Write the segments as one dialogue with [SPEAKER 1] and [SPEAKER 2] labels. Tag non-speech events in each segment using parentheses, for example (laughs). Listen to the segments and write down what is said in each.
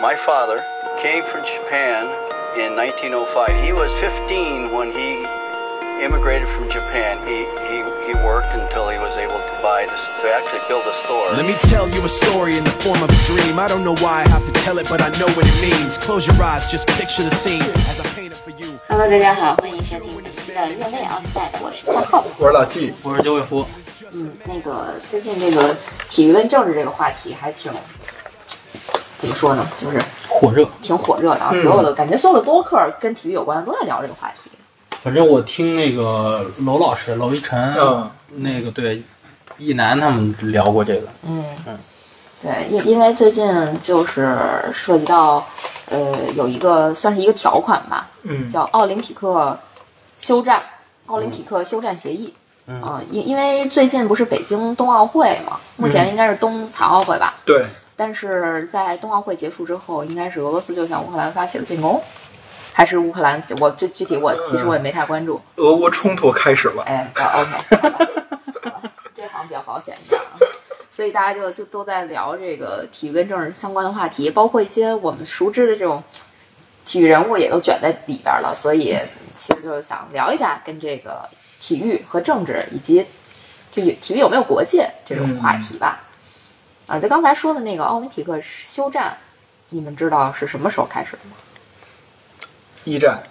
[SPEAKER 1] my father came from Japan in 1905. He was 15 when he immigrated from Japan. He, he, he worked until he was able to buy, to, to actually build a store.
[SPEAKER 2] Let me tell you a story in the form of a dream. I don't know why I have to tell it, but I know what it means. Close your eyes, just picture the scene as I paint it for you.
[SPEAKER 3] Hello，大家好，欢迎收听本期的越位 Outside，我是太后。
[SPEAKER 4] 我是老纪，
[SPEAKER 5] 我是九尾狐，
[SPEAKER 3] 嗯，那个最近这个体育跟政治这个话题还挺，怎么说呢，就是
[SPEAKER 5] 火热。
[SPEAKER 3] 挺火热的啊。所有的感觉，所有的播客跟体育有关的都在聊这个话题。
[SPEAKER 5] 反正我听那个娄老师、娄一晨，
[SPEAKER 4] 嗯
[SPEAKER 5] 那个对，一楠他们聊过这个。
[SPEAKER 3] 嗯
[SPEAKER 5] 嗯，
[SPEAKER 3] 对，因因为最近就是涉及到，呃，有一个算是一个条款吧，
[SPEAKER 4] 嗯
[SPEAKER 3] 叫奥林匹克休战，奥林匹克休战协议。
[SPEAKER 5] 嗯
[SPEAKER 3] 啊、因因为最近不是北京冬奥会嘛，目前应该是冬残奥会吧，
[SPEAKER 4] 对，
[SPEAKER 3] 但是在冬奥会结束之后，应该是俄罗斯就向乌克兰发起了进攻，还是乌克兰起？我这具体我其实我也没太关注。
[SPEAKER 4] 俄乌冲突开始了。
[SPEAKER 3] 哎，啊 OK，好吧好吧这好像比较保险一点啊。所以大家就就都在聊这个体育跟政治相关的话题，包括一些我们熟知的这种体育人物也都卷在里边了。所以其实就是想聊一下跟这个体育和政治以及就有体育有没有国界这种话题吧。啊，就刚才说的那个奥林匹克休战，你们知道是什么时候开始的吗？
[SPEAKER 4] 一战，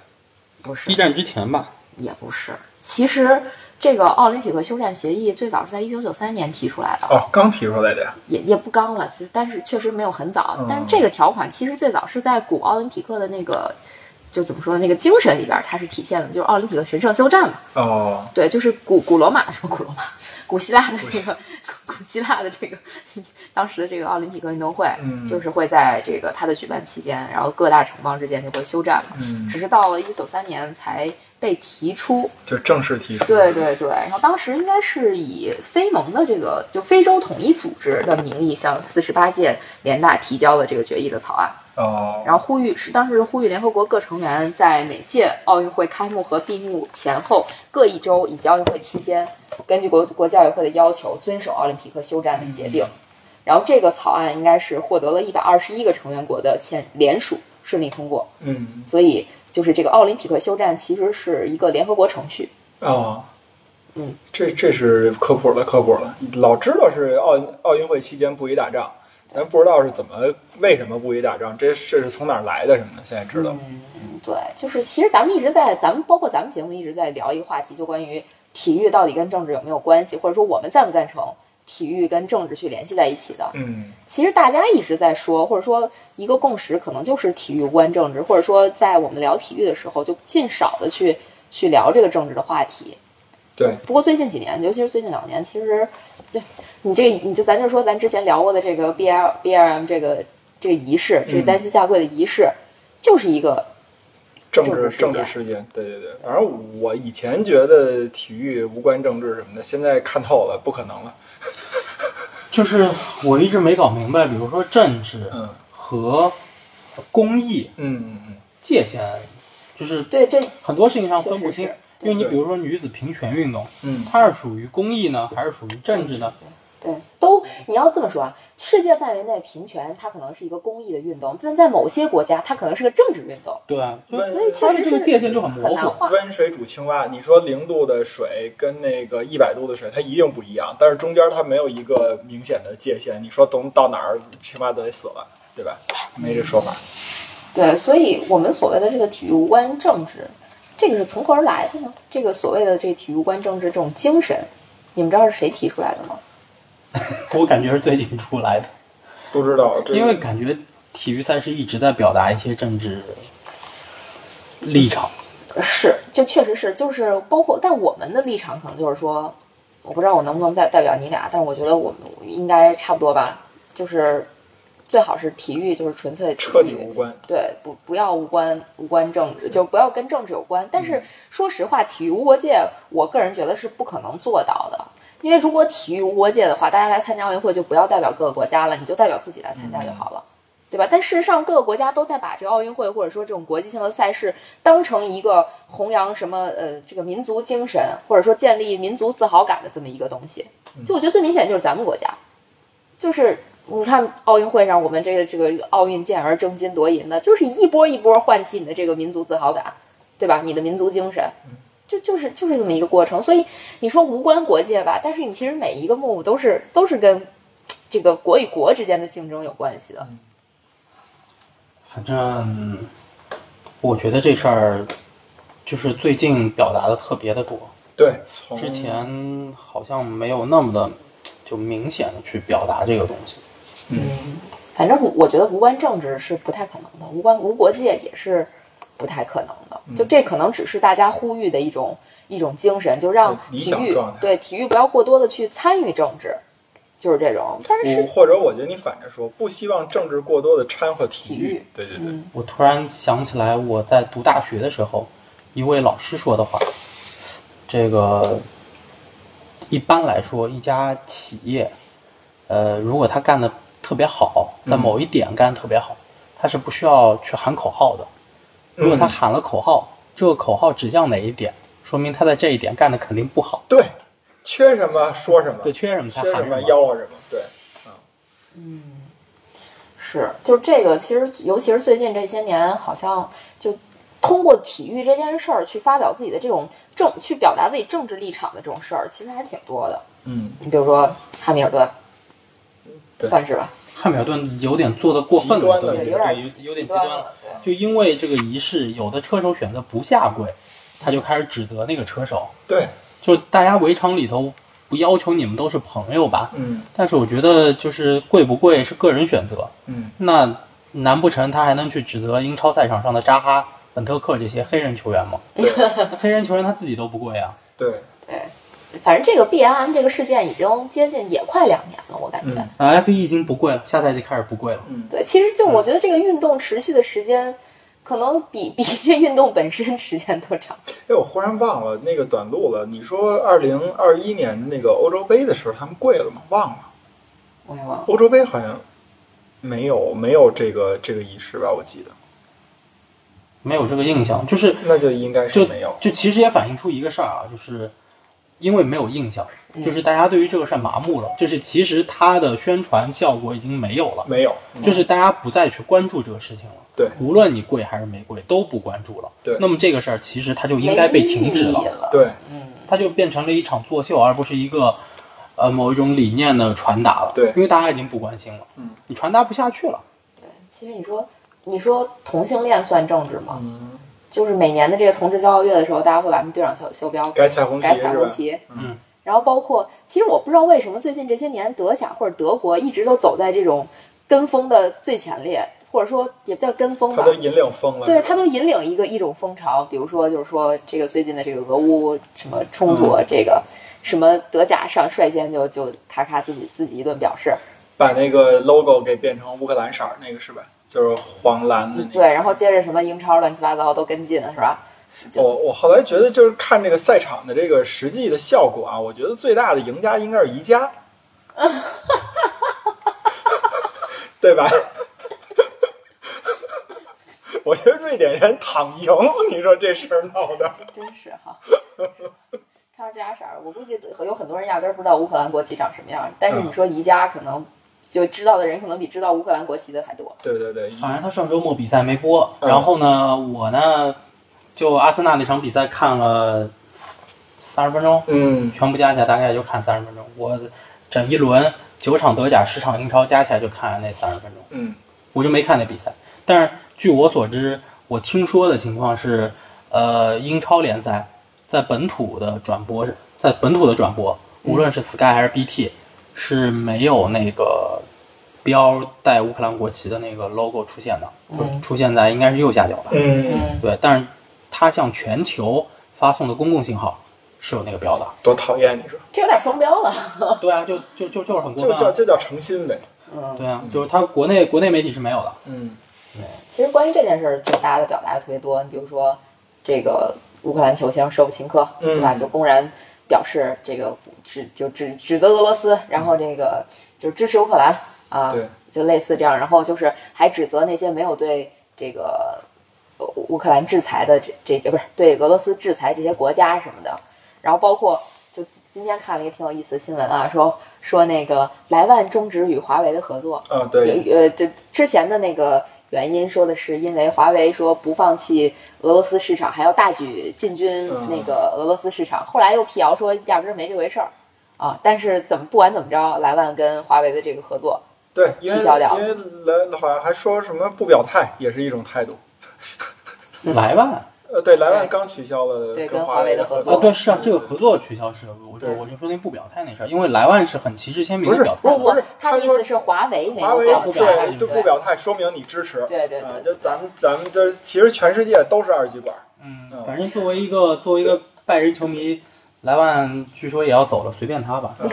[SPEAKER 3] 不是
[SPEAKER 5] 一，战之前吧，
[SPEAKER 3] 也不是。其实这个奥林匹克休战协议最早是在一九九三年提出来的，
[SPEAKER 4] 哦，刚提出来的呀。
[SPEAKER 3] 也也不刚了，其实但是确实没有很早。
[SPEAKER 4] 嗯
[SPEAKER 3] 但是这个条款其实最早是在古奥林匹克的那个，就怎么说呢那个精神里边，它是体现的，就是奥林匹克神圣休战嘛。
[SPEAKER 4] 哦，
[SPEAKER 3] 对，就是古古罗马什么古罗马，古希腊的这个古古希腊的这个当时的这个奥林匹克运动会，
[SPEAKER 4] 嗯
[SPEAKER 3] 就是会在这个它的举办期间，然后各大城邦之间就会休战嘛。
[SPEAKER 4] 嗯
[SPEAKER 3] 只，是到了一九九三年才被提出，
[SPEAKER 4] 就正式提出。
[SPEAKER 3] 对对对，然后当时应该是以非盟的这个就非洲统一组织的名义向四十八届联大提交了这个决议的草案，
[SPEAKER 4] 哦，
[SPEAKER 3] 然后呼吁是当时呼吁联合国各成员在每届奥运会开幕和闭幕前后各一周以及奥运会期间，根据国国际奥委会的要求遵守奥林匹克休战的协定。然后这个草案应该是获得了一百二十一个成员国的签联署顺利通过，
[SPEAKER 4] 嗯，
[SPEAKER 3] 所以就是这个奥林匹克休战其实是一个联合国程序。
[SPEAKER 4] 哦，
[SPEAKER 3] 嗯，
[SPEAKER 4] 这这是科普了，科普了。老知道是奥奥运会期间不许打仗，咱不知道是怎么为什么不许打仗，这这是从哪儿来的什么的，现在知道了。
[SPEAKER 3] 嗯，对，就是其实咱们一直在，咱们包括咱们节目一直在聊一个话题，就关于体育到底跟政治有没有关系，或者说我们赞不赞成体育跟政治去联系在一起的。
[SPEAKER 4] 嗯，
[SPEAKER 3] 其实大家一直在说，或者说一个共识，可能就是体育无关政治，或者说在我们聊体育的时候，就尽少的去去聊这个政治的话题。
[SPEAKER 4] 对，
[SPEAKER 3] 不过最近几年，尤其是最近两年，其实就你这你就咱就说咱之前聊过的这个 B L B L M 这个这个仪式，这个单膝下跪的仪式，就是一个
[SPEAKER 4] 政
[SPEAKER 3] 政治
[SPEAKER 4] 治
[SPEAKER 3] 事
[SPEAKER 4] 政治
[SPEAKER 3] 件
[SPEAKER 4] 事件，对对对。反正我以前觉得体育无关政治什么的，现在看透了，不可能了。
[SPEAKER 5] 就是我一直没搞明白，比如说政治
[SPEAKER 4] 嗯
[SPEAKER 5] 和公益
[SPEAKER 4] 嗯嗯
[SPEAKER 5] 界限，就是
[SPEAKER 3] 对这
[SPEAKER 5] 很多事情上分
[SPEAKER 3] 确
[SPEAKER 5] 不清
[SPEAKER 3] 实是。
[SPEAKER 5] 因为你比如说女子平权运动，
[SPEAKER 4] 嗯
[SPEAKER 5] 它是属于公益呢，还是属于政治呢？
[SPEAKER 3] 对，都你要这么说啊，世界范围内平权它可能是一个公益的运动，但在某些国家它可能是个政治运动，
[SPEAKER 5] 对啊，就
[SPEAKER 3] 所以确
[SPEAKER 5] 它的
[SPEAKER 3] 实
[SPEAKER 5] 这个
[SPEAKER 3] 是
[SPEAKER 5] 界限就很模
[SPEAKER 3] 很难
[SPEAKER 5] 糊。
[SPEAKER 3] 画。
[SPEAKER 4] 温水煮青蛙，你说零度的水跟那个一百度的水，它一定不一样，但是中间它没有一个明显的界限。你说等到哪儿，青蛙都得死了，对吧？没这说法。
[SPEAKER 3] 对，所以我们所谓的这个体育无关政治，这个是从何而来的呢？这个所谓的这个体育无关政治这种精神，你们知道是谁提出来的吗？
[SPEAKER 5] 我感觉是最近出来的，
[SPEAKER 4] 不知道，这
[SPEAKER 5] 因为感觉体育赛事一直在表达一些政治立场。
[SPEAKER 3] 是，就确实是，就是包括，但我们的立场可能就是说，我不知道我能不能代代表你俩，但是我觉得我们应该差不多吧，就是最好是体育，就是纯粹的体
[SPEAKER 4] 彻底
[SPEAKER 3] 育
[SPEAKER 4] 无，关。
[SPEAKER 3] 对，不不要无关无关政治，就不要跟政治有关。但是说实话，体育无国界，我个人觉得是不可能做到的。因为如果体育无国界的话，大家来参加奥运会就不要代表各个国家了，你就代表自己来参加就好了，对吧？但事实上，各个国家都在把这个奥运会或者说这种国际性的赛事当成一个弘扬什么呃这个民族精神或者说建立民族自豪感的这么一个东西。就我觉得最明显就是咱们国家，就是你看奥运会上我们这个这个奥运健儿争金夺银的，就是一波一波唤起你的这个民族自豪感，对吧？你的民族精神，就就是就是这么一个过程。所以你说无关国界吧，但是你其实每一个幕都是都是跟这个国与国之间的竞争有关系的。
[SPEAKER 5] 反正我觉得这事儿就是最近表达的特别的多，
[SPEAKER 4] 对，从
[SPEAKER 5] 之前好像没有那么的就明显的去表达这个东西。
[SPEAKER 3] 反正我觉得无关政治是不太可能的，无关无国界也是不太可能的。就这可能只是大家呼吁的一种一种精神，就让
[SPEAKER 4] 理
[SPEAKER 3] 体
[SPEAKER 4] 想
[SPEAKER 3] 育
[SPEAKER 4] 状态
[SPEAKER 3] 对体育不要过多的去参与政治，就是这种。但
[SPEAKER 4] 我
[SPEAKER 3] 是
[SPEAKER 4] 或者我觉得你反着说，不希望政治过多的掺和体
[SPEAKER 3] 体育
[SPEAKER 4] 对对对，
[SPEAKER 3] 嗯，
[SPEAKER 5] 我突然想起来，我在读大学的时候，一位老师说的话。这个一般来说，一家企业，呃，如果他干的特别好，
[SPEAKER 4] 嗯
[SPEAKER 5] 在某一点干得特别好，他是不需要去喊口号的。如
[SPEAKER 4] 嗯
[SPEAKER 5] 果他喊了口号，这个口号指向哪一点，说明他在这一点干的肯定不好。
[SPEAKER 4] 对，缺什么说什么，
[SPEAKER 5] 对，缺什么他
[SPEAKER 4] 缺
[SPEAKER 5] 喊
[SPEAKER 4] 什么
[SPEAKER 5] 要
[SPEAKER 4] 吆喝什么，对，
[SPEAKER 3] 是，就是这个，其实尤其是最近这些年，好像就通过体育这件事儿去发表自己的这种政，去表达自己政治立场的这种事儿，其实还是挺多的。
[SPEAKER 4] 嗯，
[SPEAKER 3] 你比如说汉密尔顿，
[SPEAKER 4] 对
[SPEAKER 3] 算是吧，
[SPEAKER 5] 汉密尔顿有点做的过分
[SPEAKER 4] 极端的
[SPEAKER 5] 对
[SPEAKER 3] 对，
[SPEAKER 5] 对
[SPEAKER 3] 有点
[SPEAKER 5] 有有点极
[SPEAKER 3] 端
[SPEAKER 5] 端了。。
[SPEAKER 3] 对，
[SPEAKER 5] 就因为这个仪式，有的车手选择不下跪，他就开始指责那个车手。
[SPEAKER 4] 对，
[SPEAKER 5] 就是大家围场里头不要求你们都是朋友吧，
[SPEAKER 4] 嗯
[SPEAKER 5] 但是我觉得就是贵不贵是个人选择。
[SPEAKER 4] 嗯，
[SPEAKER 5] 那难不成他还能去指责英超赛场上的扎哈、本特克这些黑人球员吗？
[SPEAKER 3] (laughs)
[SPEAKER 5] 黑人球员他自己都不贵啊。
[SPEAKER 4] 对，
[SPEAKER 3] 反正这个 B M 这个事件已经接近也快两年了，我感觉。
[SPEAKER 4] 嗯
[SPEAKER 5] 啊 F 一已经不贵了，下赛季开始不贵了。
[SPEAKER 3] 对，其实就我觉得这个运动持续的时间，可能比 (laughs) 比这运动本身时间都长。
[SPEAKER 4] 哎，我忽然忘了那个短路了。你说二零二一年那个欧洲杯的时候，他们跪了吗？忘了，
[SPEAKER 3] 我也忘了，
[SPEAKER 4] 欧洲杯好像没有没有这个这个仪式吧？我记得，
[SPEAKER 5] 没有这个印象，就是
[SPEAKER 4] 那就应该是
[SPEAKER 5] 就
[SPEAKER 4] 没有。
[SPEAKER 5] 就其实也反映出一个事儿啊，就是因为没有印象，
[SPEAKER 4] 嗯
[SPEAKER 5] 就是大家对于这个事儿麻木了，就是其实它的宣传效果已经没有了，
[SPEAKER 4] 没有，
[SPEAKER 5] 就是大家不再去关注这个事情了。
[SPEAKER 4] 对
[SPEAKER 5] 无论你贵还是没贵，都不关注了。
[SPEAKER 4] 对
[SPEAKER 5] 那么这个事儿其实它就应
[SPEAKER 3] 没
[SPEAKER 5] 该被
[SPEAKER 3] 意
[SPEAKER 5] 停止
[SPEAKER 3] 义
[SPEAKER 5] 了，
[SPEAKER 3] 了。
[SPEAKER 4] 对
[SPEAKER 5] 它就变成了一场作秀，而不是一个呃某一种理念的传达了。
[SPEAKER 4] 对
[SPEAKER 5] 因为大家已经不关心了，嗯，你传达不下去了。
[SPEAKER 3] 其实你说，你说同性恋算政治吗？
[SPEAKER 4] 嗯
[SPEAKER 3] 就是每年的这个同志骄傲月的时候，大家会把他们队长小袖标
[SPEAKER 4] 该彩虹旗
[SPEAKER 3] 改彩
[SPEAKER 4] 是吧
[SPEAKER 3] 虹？旗。
[SPEAKER 5] 嗯，
[SPEAKER 3] 然后包括，其实我不知道为什么最近这些年德甲或者德国一直都走在这种跟风的最前列，或者说也不叫跟风
[SPEAKER 4] 他
[SPEAKER 3] 吧
[SPEAKER 4] 都，引领疯了。
[SPEAKER 3] 对他都引领一个一种风潮，比如说就是说这个最近的这个俄乌什么冲突，这个什么德甲上率先就就咔咔自己自己一顿表示，
[SPEAKER 4] 把那个 logo 给变成乌克兰色儿，那个是吧？就是黄蓝的那个。
[SPEAKER 3] 对，然后接着什么英超乱七八糟都跟进是吧？就
[SPEAKER 4] 我我后来觉得，就是看这个赛场的这个实际的效果啊，我觉得最大的赢家应该是
[SPEAKER 3] (laughs)
[SPEAKER 4] 宜家，对吧？ (laughs) 我觉得瑞典人躺赢，你说这事儿闹的，
[SPEAKER 3] 真是哈。 (laughs) 看到这家色儿，我估计有很多人压根儿不知道乌克兰国旗长什么样。但是你说宜家，可能就知道的人可能比知道乌克兰国旗的还多。
[SPEAKER 4] 对对对，
[SPEAKER 5] 反正他上周末比赛没播，
[SPEAKER 4] 嗯
[SPEAKER 5] 然后呢，我呢就阿森纳那场比赛看了三十分钟，
[SPEAKER 4] 嗯，
[SPEAKER 5] 全部加起来大概也就看三十分钟。我整一轮九场德甲、十场英超加起来就看了那三十分钟，
[SPEAKER 4] 嗯，
[SPEAKER 5] 我就没看那比赛。但是据我所知，我听说的情况是，呃，英超联赛在本土的转播，在本土的转播，无论是
[SPEAKER 4] 嗯
[SPEAKER 5] Sky 还是 BT，是没有那个标带乌克兰国旗的那个 logo 出现的，
[SPEAKER 3] 嗯
[SPEAKER 5] 出现在应该是右下角吧？
[SPEAKER 4] 嗯，
[SPEAKER 3] 嗯，
[SPEAKER 5] 对，但是它向全球发送的公共信号是有那个标的。
[SPEAKER 4] 多讨厌你说，
[SPEAKER 3] 这有点双标了。
[SPEAKER 5] 对啊，就就就就是很过
[SPEAKER 4] 就
[SPEAKER 5] 分、
[SPEAKER 4] 叫
[SPEAKER 5] 啊。
[SPEAKER 4] 就叫诚心呗，
[SPEAKER 5] 对啊，就是他国内国内媒体是没有的。
[SPEAKER 4] 嗯，
[SPEAKER 3] 其实关于这件事儿，就大家的表达特别多。你比如说，这个乌克兰球星舍甫琴科、是吧，
[SPEAKER 4] 嗯
[SPEAKER 3] 就公然表示这个指就指指责俄罗斯，然后这个就支持乌克兰啊、
[SPEAKER 4] 对
[SPEAKER 3] 就类似这样，然后就是还指责那些没有对这个呃乌克兰制裁的这这不是对俄罗斯制裁这些国家什么的，然后包括就今天看了一个挺有意思的新闻啊，说说那个莱万终止与华为的合作，
[SPEAKER 4] 啊，对，
[SPEAKER 3] 呃，这之前的那个原因说的是因为华为说不放弃俄罗斯市场，还要大举进军
[SPEAKER 4] 嗯
[SPEAKER 3] 那个俄罗斯市场。后来又辟谣说压根儿没这回事儿啊。但是怎么不管怎么着，莱万跟华为的这个合作，
[SPEAKER 4] 对，因为
[SPEAKER 3] 取消掉
[SPEAKER 4] 因为莱好像还说什么不表态也是一种态度。
[SPEAKER 5] 莱万啊，
[SPEAKER 4] 呃，对，莱万
[SPEAKER 3] 对
[SPEAKER 4] 刚取消了
[SPEAKER 3] 对跟
[SPEAKER 4] 跟
[SPEAKER 3] 华为
[SPEAKER 4] 为
[SPEAKER 3] 的合
[SPEAKER 4] 合
[SPEAKER 3] 作
[SPEAKER 5] 对，是啊，这个合作取消是，我就
[SPEAKER 3] 对
[SPEAKER 5] 我就说那不表态那事儿，因为莱万是很旗帜鲜明
[SPEAKER 4] 不
[SPEAKER 5] 的
[SPEAKER 4] 是
[SPEAKER 5] 表态
[SPEAKER 3] 不
[SPEAKER 5] 的。
[SPEAKER 3] 不
[SPEAKER 4] 啊不是，
[SPEAKER 3] 他的意
[SPEAKER 4] 他说
[SPEAKER 3] 思是华为没
[SPEAKER 4] 华
[SPEAKER 3] 有
[SPEAKER 4] 为
[SPEAKER 3] 表态，
[SPEAKER 4] 对就不表态，说明你支持。
[SPEAKER 3] 对对
[SPEAKER 4] 啊，
[SPEAKER 3] 对
[SPEAKER 4] 就咱们咱们这其实全世界都是二极管。
[SPEAKER 3] (laughs)
[SPEAKER 5] 嗯
[SPEAKER 4] 嗯，
[SPEAKER 5] 反正作为一个作为一个拜仁球迷，莱万据说也要走了，随便他吧。
[SPEAKER 4] 嗯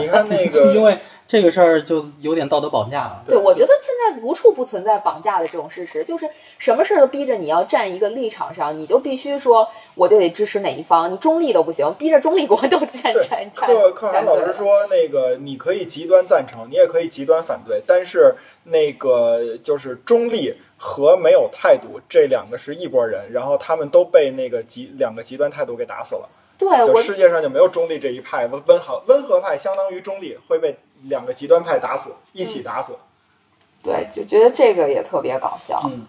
[SPEAKER 4] 你看那
[SPEAKER 5] 因
[SPEAKER 4] 个，
[SPEAKER 5] 为这个事儿就有点道德绑架了。
[SPEAKER 3] 对，
[SPEAKER 4] 对
[SPEAKER 3] 我觉得现在无处不存在绑架的这种事实，就是什么事儿都逼着你要站一个立场上，你就必须说我就得支持哪一方，你中立都不行，逼着中立国 (laughs) 都站
[SPEAKER 4] 对
[SPEAKER 3] 站站
[SPEAKER 4] 克克
[SPEAKER 3] 站
[SPEAKER 4] 涵
[SPEAKER 3] 队
[SPEAKER 4] 老
[SPEAKER 3] 了
[SPEAKER 4] 师说，那个你可以极端赞成，你也可以极端反对，但是那个就是中立和没有态度这两个是一拨人，然后他们都被那个极两个极端态度给打死了。
[SPEAKER 3] 对
[SPEAKER 4] 就
[SPEAKER 3] 我
[SPEAKER 4] 世界上就没有中立这一派，温温和温和派相当于中立，会被两个极端派打死，一
[SPEAKER 3] 嗯
[SPEAKER 4] 起打死。
[SPEAKER 3] 对就觉得这个也特别搞笑，
[SPEAKER 4] 嗯，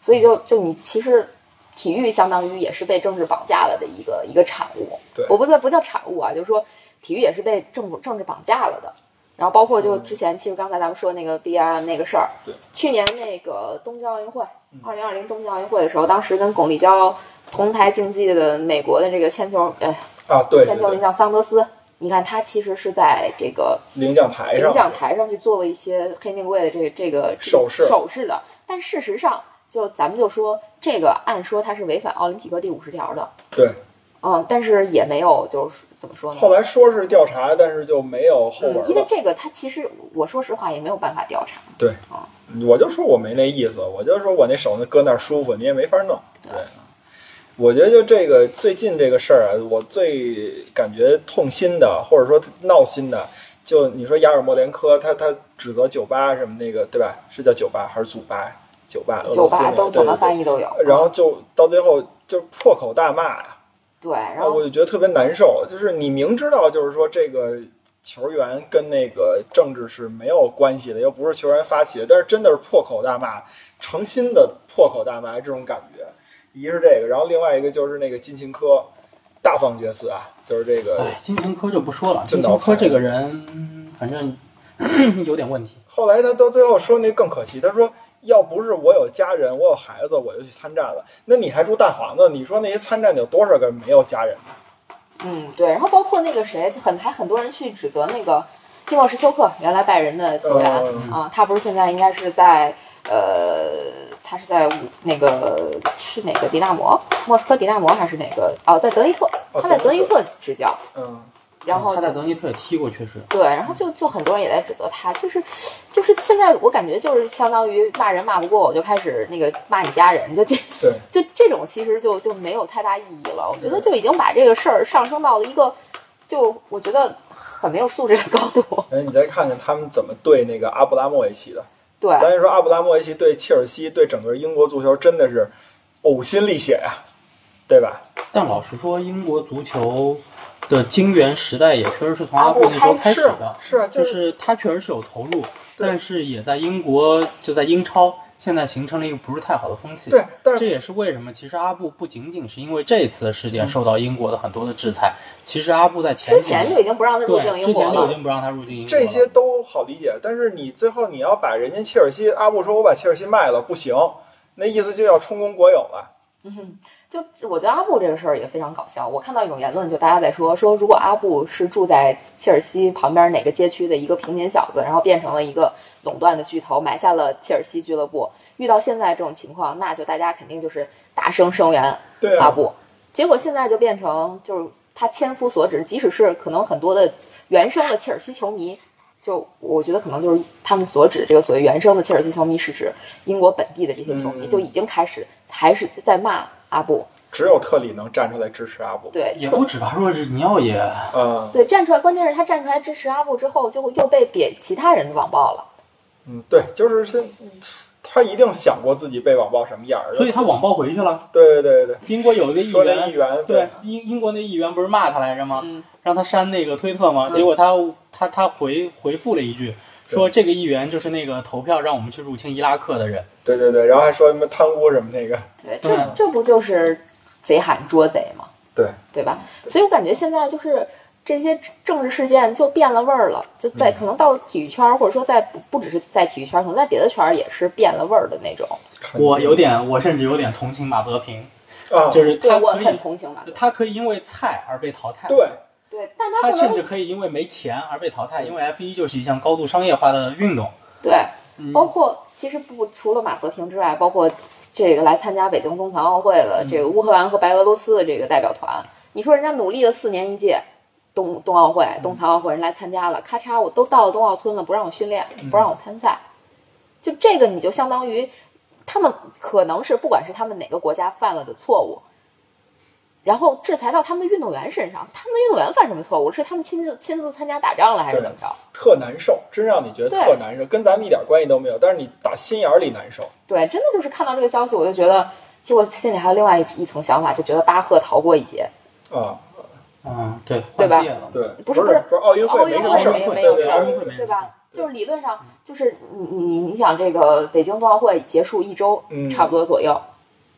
[SPEAKER 3] 所以就就你其实体育相当于也是被政治绑架了的一个一个产物，
[SPEAKER 4] 对
[SPEAKER 3] 我不对不叫产物啊，就是说体育也是被政府政治绑架了的。然后包括就之前，其实刚才咱们说那个 B R M 那个事儿，
[SPEAKER 4] 嗯对，
[SPEAKER 3] 去年那个东京奥运会
[SPEAKER 4] 嗯，
[SPEAKER 3] 二零二零东京奥运会的时候，当时跟巩立姣同台竞技的美国的这个铅球，呃，
[SPEAKER 4] 啊，对对
[SPEAKER 3] 铅球
[SPEAKER 4] 对
[SPEAKER 3] 名，将桑德斯，你看他其实是在这个
[SPEAKER 4] 领奖台上，
[SPEAKER 3] 领奖台上去做了一些黑名贵的这个这个这个
[SPEAKER 4] 手势
[SPEAKER 3] 手势的，但事实上，就咱们就说这个，按说它是违反奥林匹克第五十条的，
[SPEAKER 4] 对。
[SPEAKER 3] 嗯，但是也没有就是怎么说呢？
[SPEAKER 4] 后来说是调查，但是就没有后文
[SPEAKER 3] 嗯
[SPEAKER 4] 了。，
[SPEAKER 3] 因为这个它其实我说实话也没有办法调查，
[SPEAKER 4] 对
[SPEAKER 3] 啊，
[SPEAKER 4] 我就说我没那意思，我就说我那手那搁那儿舒服，你也没法弄。对，我觉得就这个最近这个事儿啊，我最感觉痛心的，或者说闹心的，就你说亚尔莫连科他他指责酒吧什么那个对吧？是叫酒吧还是祖吧？酒吧，俄
[SPEAKER 3] 酒
[SPEAKER 4] 罗斯
[SPEAKER 3] 吧
[SPEAKER 4] 那个
[SPEAKER 3] 都
[SPEAKER 4] 对
[SPEAKER 3] 怎么
[SPEAKER 4] 对对
[SPEAKER 3] 翻译都有。
[SPEAKER 4] 然后就到最后就破口大骂啊呀、
[SPEAKER 3] 对，然
[SPEAKER 4] 那
[SPEAKER 3] 后
[SPEAKER 4] 我就觉得特别难受。就是你明知道，就是说这个球员跟那个政治是没有关系的，又不是球员发起的，但是真的是破口大骂，诚心的破口大骂，这种感觉。一是这个，然后另外一个就是那个金琴科大放厥词啊，就是这个
[SPEAKER 5] 哎，金琴科就不说了，
[SPEAKER 4] 真
[SPEAKER 5] 金
[SPEAKER 4] 脑
[SPEAKER 5] 琴科
[SPEAKER 4] 残
[SPEAKER 5] 这个人，反正 (clears throat) 有点问题。
[SPEAKER 4] 后来他到最后说那更可惜，他说要不是我有家人，我有孩子，我就去参战了。那你还住大房子？你说那些参战的有多少个没有家人？
[SPEAKER 3] 嗯，对，然后包括那个谁，很还很多人去指责那个基莫什丘克，原来拜仁的球员、
[SPEAKER 4] 嗯
[SPEAKER 3] 啊，他不是现在应该是在呃，他是在那个是哪个迪纳摩，莫斯科迪纳摩还是哪个？哦，在泽尼特，
[SPEAKER 4] 哦
[SPEAKER 3] 他在泽
[SPEAKER 4] 泽
[SPEAKER 3] 尼
[SPEAKER 4] 尼
[SPEAKER 3] 特执教，
[SPEAKER 4] 嗯，
[SPEAKER 3] 然后
[SPEAKER 5] 他
[SPEAKER 3] 就
[SPEAKER 5] 在德尼特也踢过，确实。
[SPEAKER 3] 对，然后就就很多人也在指责他，就是就是现在我感觉就是相当于骂人骂不过，我就开始那个骂你家人，就这
[SPEAKER 4] 对。
[SPEAKER 3] 就这种其实就就没有太大意义了。我觉得就已经把这个事儿上升到了一个就我觉得很没有素质的高度。 (laughs)
[SPEAKER 4] 哎，你再看看他们怎么对那个阿布拉莫维奇的。
[SPEAKER 3] 对，
[SPEAKER 4] 咱就说阿布拉莫维奇对切尔西、对整个英国足球真的是呕心沥血呀、对吧？
[SPEAKER 5] 但老实说，英国足球的金元时代也确实是从阿布那时候开始
[SPEAKER 4] 是
[SPEAKER 5] 的，
[SPEAKER 4] 哎是啊，
[SPEAKER 5] 就是是他确实是有投入，但是也在英国就在英超现在形成了一个不是太好的风气。
[SPEAKER 4] 对，但
[SPEAKER 5] 这
[SPEAKER 4] 是
[SPEAKER 5] 也是为什么，其实阿布不仅仅是因为这次的事
[SPEAKER 4] 嗯
[SPEAKER 5] 件受到英国的很多的制裁，其实阿布在前
[SPEAKER 3] 之
[SPEAKER 5] 几年
[SPEAKER 3] 前就已经不让他入
[SPEAKER 5] 对
[SPEAKER 3] 境英
[SPEAKER 5] 之
[SPEAKER 3] 国
[SPEAKER 5] 前就已
[SPEAKER 3] 了。
[SPEAKER 5] 经不让他入境英国了。
[SPEAKER 4] 这些都好理解，但是你最后你要把人家切尔西，阿布说我把切尔西卖了不行，那意思就要充公国有了。
[SPEAKER 3] 就我觉得阿布这个事儿也非常搞笑。我看到一种言论，就大家在说说，如果阿布是住在切尔西旁边哪个街区的一个平民小子，然后变成了一个垄断的巨头，买下了切尔西俱乐部，遇到现在这种情况，那就大家肯定就是大声声援
[SPEAKER 4] 对
[SPEAKER 3] 阿
[SPEAKER 4] 啊，
[SPEAKER 3] 布，结果现在就变成就是他千夫所指，即使是可能很多的原生的切尔西球迷，就我觉得可能就是他们所指这个所谓原生的切尔西球迷，是指英国本地的这些球迷，
[SPEAKER 4] 嗯
[SPEAKER 3] 就已经开始还是在骂阿布，
[SPEAKER 4] 只有特里能站出来支持阿布。
[SPEAKER 3] 对，
[SPEAKER 5] 也
[SPEAKER 3] 特
[SPEAKER 5] 不止吧，若日尼奥也
[SPEAKER 4] 啊、
[SPEAKER 3] 对站出来，关键是他站出来支持阿布之后，就又被别其他人网暴了。
[SPEAKER 4] 嗯，对，就是现他一定想过自己被网暴什么样儿，
[SPEAKER 5] 所以他网暴回去了。
[SPEAKER 4] 对对对对
[SPEAKER 5] 英国有一个
[SPEAKER 4] 对，
[SPEAKER 5] 议
[SPEAKER 4] 说那议
[SPEAKER 5] 员，
[SPEAKER 4] 员
[SPEAKER 5] 对英英国那议员不是骂他来着吗？
[SPEAKER 3] 嗯
[SPEAKER 5] 让他删那个推特吗？
[SPEAKER 3] 嗯
[SPEAKER 5] 结果他他他回回复了一句，
[SPEAKER 4] 对
[SPEAKER 5] 说这个议员就是那个投票让我们去入侵伊拉克的人。
[SPEAKER 4] 对对对，然后还说什么贪污什么那个，
[SPEAKER 3] 对，
[SPEAKER 5] 对
[SPEAKER 3] 这这不就是贼喊捉贼吗？
[SPEAKER 4] 对
[SPEAKER 3] 对吧？
[SPEAKER 5] 嗯
[SPEAKER 3] 所以我感觉现在就是这些政治事件就变了味儿了，就
[SPEAKER 5] 嗯
[SPEAKER 3] 在可能到体育圈儿，或者说在不不只是在体育圈儿，可能在别的圈儿也是变了味儿的那种。
[SPEAKER 5] 我有点，我甚至有点同情马泽平，
[SPEAKER 4] 啊，
[SPEAKER 5] 就是
[SPEAKER 3] 哦对
[SPEAKER 5] 他
[SPEAKER 3] 我
[SPEAKER 5] 可
[SPEAKER 3] 很
[SPEAKER 5] 以，
[SPEAKER 3] 同情马哥。
[SPEAKER 5] 他可以因为菜而被淘汰，
[SPEAKER 4] 对
[SPEAKER 3] 对，但他
[SPEAKER 5] 他
[SPEAKER 3] 可
[SPEAKER 5] 甚至
[SPEAKER 3] 能
[SPEAKER 5] 可以因为没钱而被淘汰，因为 F 一就是一项高度商业化的运动。
[SPEAKER 3] 对。
[SPEAKER 5] 嗯
[SPEAKER 3] 包括其实不除了马泽平之外，包括这个来参加北京冬残奥会的这个乌克兰和白俄罗斯的这个代表团，你说人家努力了四年一届冬冬奥会、冬残奥会，人来参加了，咔嚓，我都到了冬奥村了，不让我训练，不让我参赛，就这个你就相当于他们可能是不管是他们哪个国家犯了的错误。然后制裁到他们的运动员身上，他们的运动员犯什么错误？是他们亲自亲自参加打仗了，还是
[SPEAKER 4] 对
[SPEAKER 3] 怎么着？
[SPEAKER 4] 特难受，真让你觉得
[SPEAKER 3] 对
[SPEAKER 4] 特难受，跟咱们一点关系都没有，但是你打心眼儿里难受。
[SPEAKER 3] 对，真的就是看到这个消息，我就觉得，其实我心里还有另外一一层想法，就觉得巴赫逃过一劫。
[SPEAKER 4] 啊，
[SPEAKER 5] 嗯，对，
[SPEAKER 3] 对吧
[SPEAKER 5] 换届了
[SPEAKER 4] 对，
[SPEAKER 3] 不
[SPEAKER 4] 是
[SPEAKER 3] 是
[SPEAKER 4] 不不是奥运
[SPEAKER 3] 奥
[SPEAKER 4] 会
[SPEAKER 3] 运
[SPEAKER 4] 没
[SPEAKER 3] 会
[SPEAKER 4] 什么事儿，
[SPEAKER 3] 没
[SPEAKER 4] 对
[SPEAKER 3] 没有
[SPEAKER 4] 对
[SPEAKER 3] 事
[SPEAKER 5] 儿
[SPEAKER 4] 对
[SPEAKER 3] 对吧？就是理论上，就是你你你想，这个北京冬奥会结束一周
[SPEAKER 4] 嗯
[SPEAKER 3] 差不多左右，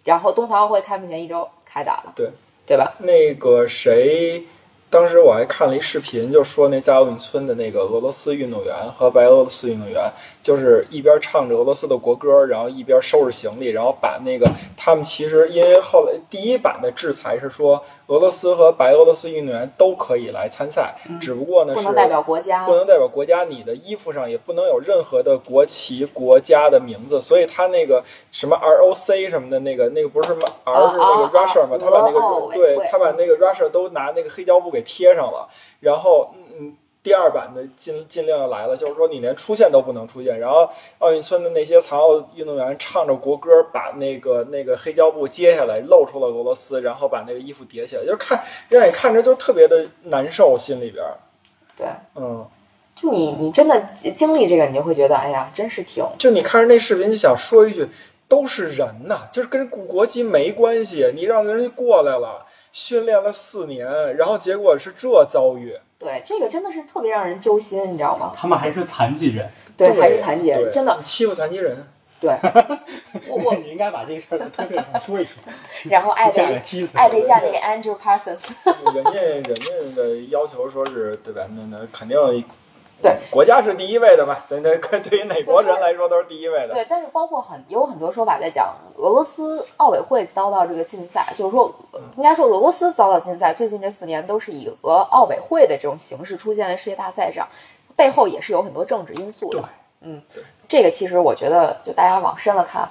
[SPEAKER 3] 然后冬残奥会开幕前一周开打了，
[SPEAKER 4] 对
[SPEAKER 3] 对吧？
[SPEAKER 4] 那个谁，当时我还看了一视频，就说那加奥运村的那个俄罗斯运动员和白俄罗斯运动员，就是一边唱着俄罗斯的国歌，然后一边收拾行李，然后把那个他们其实因为后来第一版的制裁是说俄罗斯和白俄罗斯运动员都可以来参赛，只不过呢
[SPEAKER 3] 嗯不
[SPEAKER 4] 是
[SPEAKER 3] 能代表国家
[SPEAKER 4] 不，能代表国家，你的衣服上也不能有任何的国旗、国家的名字，所以他那个什么 ROC 什么的那个那个不是什么 R
[SPEAKER 3] 哦
[SPEAKER 4] 是那个
[SPEAKER 3] 哦
[SPEAKER 4] Russia 嘛，
[SPEAKER 3] 哦
[SPEAKER 4] 他把那
[SPEAKER 3] 俄
[SPEAKER 4] 个
[SPEAKER 3] 奥委
[SPEAKER 4] 对
[SPEAKER 3] 会
[SPEAKER 4] 他把那个 Russia 都拿那个黑胶布给贴上了，然后嗯嗯。第二版的禁禁令要来了，就是说你连出现都不能出现。然后奥运村的那些残奥运动员唱着国歌，把那个那个黑胶布揭下来，露出了俄罗斯，然后把那个衣服叠起来，就是看让你看着就特别的难受，心里边儿，
[SPEAKER 3] 对。
[SPEAKER 4] 嗯。
[SPEAKER 3] 就你你真的经历这个，你就会觉得，哎呀，真是挺
[SPEAKER 4] 就你看着那视频就想说一句，都是人呐，就是跟国国籍没关系。你让人家过来了，训练了四年，然后结果是这遭遇。
[SPEAKER 3] 对，这个真的是特别让人揪心，你知道吗？
[SPEAKER 5] 他们还是残疾人，
[SPEAKER 3] 对，还是残疾人，
[SPEAKER 4] 对
[SPEAKER 3] 真的
[SPEAKER 4] 你，欺负残疾人，
[SPEAKER 3] 对
[SPEAKER 4] (laughs)
[SPEAKER 3] 我我
[SPEAKER 5] (laughs) 你应该把这事儿在推特上说一说，
[SPEAKER 3] 然后艾
[SPEAKER 5] 这个
[SPEAKER 3] 特
[SPEAKER 5] 踢死
[SPEAKER 3] 艾特一下那个 Andrew Parsons， (laughs)
[SPEAKER 4] 人家人家的要求说是对吧？那那肯定
[SPEAKER 3] 对
[SPEAKER 4] 国家是第一位的嘛，对对，对于哪国人来说都是第一位的。
[SPEAKER 3] 对，但是包括很有很多说法在讲俄罗斯奥委会遭到这个禁赛，就是说
[SPEAKER 4] 嗯
[SPEAKER 3] 应该说俄罗斯遭到禁赛，最近这四年都是以俄奥委会的这种形式出现在世界大赛上，背后也是有很多政治因素的
[SPEAKER 4] 对。
[SPEAKER 3] 嗯
[SPEAKER 4] 对，
[SPEAKER 3] 这个其实我觉得，就大家往深了看，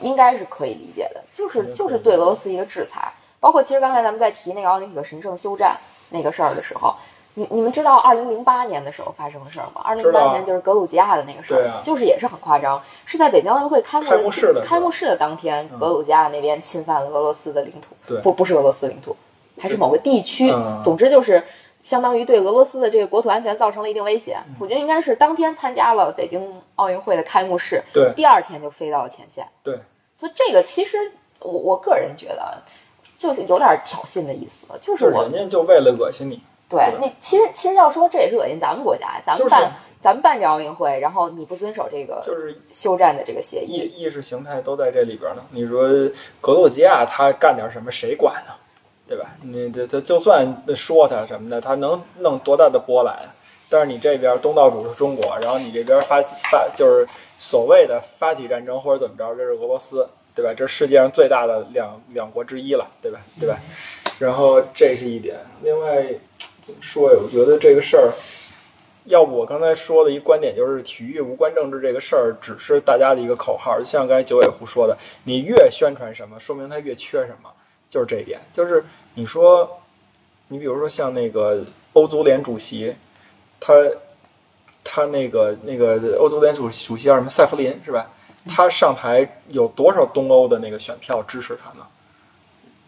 [SPEAKER 3] 应该是可以理解的，就是就是对俄罗斯一个制裁。包括其实刚才咱们在提那个奥林匹克神圣休战那个事儿的时候，你你们知道二零零八年的时候发生的事儿吗？二零
[SPEAKER 4] 知
[SPEAKER 3] 零
[SPEAKER 4] 道
[SPEAKER 3] 八
[SPEAKER 4] 啊
[SPEAKER 3] 年就是格鲁吉亚的那个事儿，
[SPEAKER 4] 对啊
[SPEAKER 3] 就是也是很夸张，是在北京奥运会开幕
[SPEAKER 4] 开幕式的时候
[SPEAKER 3] 开幕式的当天，
[SPEAKER 4] 嗯
[SPEAKER 3] 格鲁吉亚那边侵犯了俄罗斯的领土
[SPEAKER 4] 对，
[SPEAKER 3] 不不是俄罗斯领土，还是某个地区
[SPEAKER 4] 嗯，
[SPEAKER 3] 总之就是。相当于对俄罗斯的这个国土安全造成了一定威胁。
[SPEAKER 4] 嗯
[SPEAKER 3] 普京应该是当天参加了北京奥运会的开幕式，
[SPEAKER 4] 对
[SPEAKER 3] 第二天就飞到了前线。
[SPEAKER 4] 对
[SPEAKER 3] 所以这个其实我我个人觉得，就是有点挑衅的意思，就是
[SPEAKER 4] 就是
[SPEAKER 3] 我
[SPEAKER 4] 人家就为了恶心你，
[SPEAKER 3] 对那其实其实要说这也是恶心咱们国家，咱
[SPEAKER 4] 就
[SPEAKER 3] 们
[SPEAKER 4] 是
[SPEAKER 3] 办、咱们办这奥运会，然后你不遵守这个
[SPEAKER 4] 就是
[SPEAKER 3] 休战的这个协
[SPEAKER 4] 意
[SPEAKER 3] 议，
[SPEAKER 4] 意识形态都在这里边呢。你说格鲁吉亚他干点什么，谁管啊？对吧？你这他就算说他什么的，他能弄多大的波澜？啊但是你这边东道主是中国，然后你这边发起发就是所谓的发起战争或者怎么着，这是俄罗斯，对吧？这是世界上最大的两两国之一了，对吧？对吧？然后这是一点。另外怎么说呀？我觉得这个事儿，要不我刚才说的一观点就是，体育无关政治这个事儿，只是大家的一个口号。就像刚才九尾狐说的，你越宣传什么，说明他越缺什么，就是这一点。就是你说，你比如说像那个欧足联主席，他他那个那个欧足联主主席叫什么塞弗林是吧？他上台有多少东欧的那个选票支持他呢？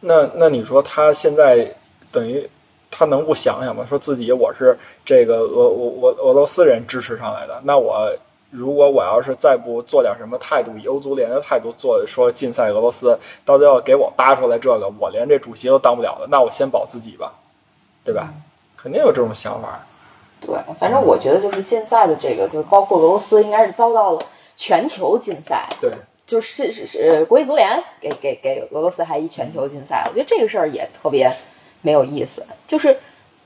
[SPEAKER 4] 那那你说他现在等于他能不想想吗？说自己我是这个俄我我俄罗斯人支持上来的，那我如果我要是再不做点什么态度，以欧足联的态度做，说禁赛俄罗斯，到最后给我扒出来这个，我连这主席都当不了了，那我先保自己吧，对吧？肯定有这种想法。
[SPEAKER 3] 对，反正我觉得就是禁赛的这个，就是包括俄罗斯，应该是遭到了全球禁赛，
[SPEAKER 4] 对，
[SPEAKER 3] 就是是是国际足联给给给俄罗斯还一全球禁赛，我觉得这个事儿也特别没有意思，就是。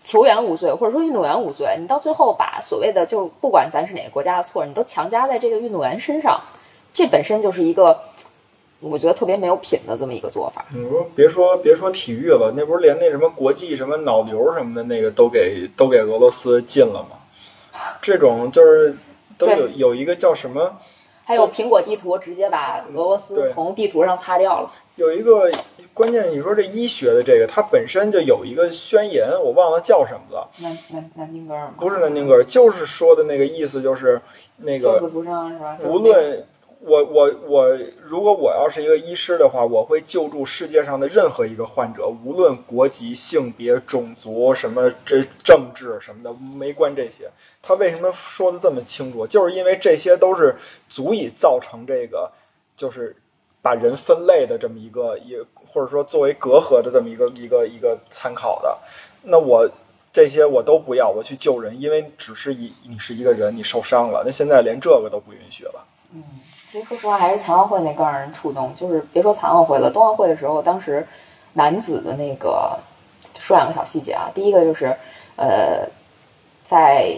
[SPEAKER 3] 球员无罪，或者说运动员无罪，你到最后把所谓的就是不管咱是哪个国家的错，你都强加在这个运动员身上，这本身就是一个我觉得特别没有品的这么一个做法。
[SPEAKER 4] 你说别说别说体育了，那不是连那什么国际什么脑瘤什么的那个都给都给俄罗斯禁了吗？这种就是都有有一个叫什么，
[SPEAKER 3] 还有苹果地图直接把俄罗斯
[SPEAKER 4] 对
[SPEAKER 3] 从地图上擦掉了。
[SPEAKER 4] 有一个关键，你说这医学的这个，它本身就有一个宣言，我忘了叫什么了，
[SPEAKER 3] 南南南丁格尔吗？
[SPEAKER 4] 不是南丁格尔，就是说的那个意思，就是那
[SPEAKER 3] 救
[SPEAKER 4] 个
[SPEAKER 3] 死扶伤是吧？就是
[SPEAKER 4] 无论我我我，如果我要是一个医师的话，我会救助世界上的任何一个患者，无论国籍、性别、种族什么这政治什么的，没关这些。他为什么说的这么清楚？就是因为这些都是足以造成这个，就是把人分类的这么一个，也或者说作为隔阂的这么一个一个一个参考的。那我这些我都不要，我去救人，因为只是一你是一个人，你受伤了。那现在连这个都不允许了。
[SPEAKER 3] 其实说实话，还是残奥会那更让人触动。就是别说残奥会了，冬奥会的时候，当时男子的那个说两个小细节啊。第一个就是，呃，在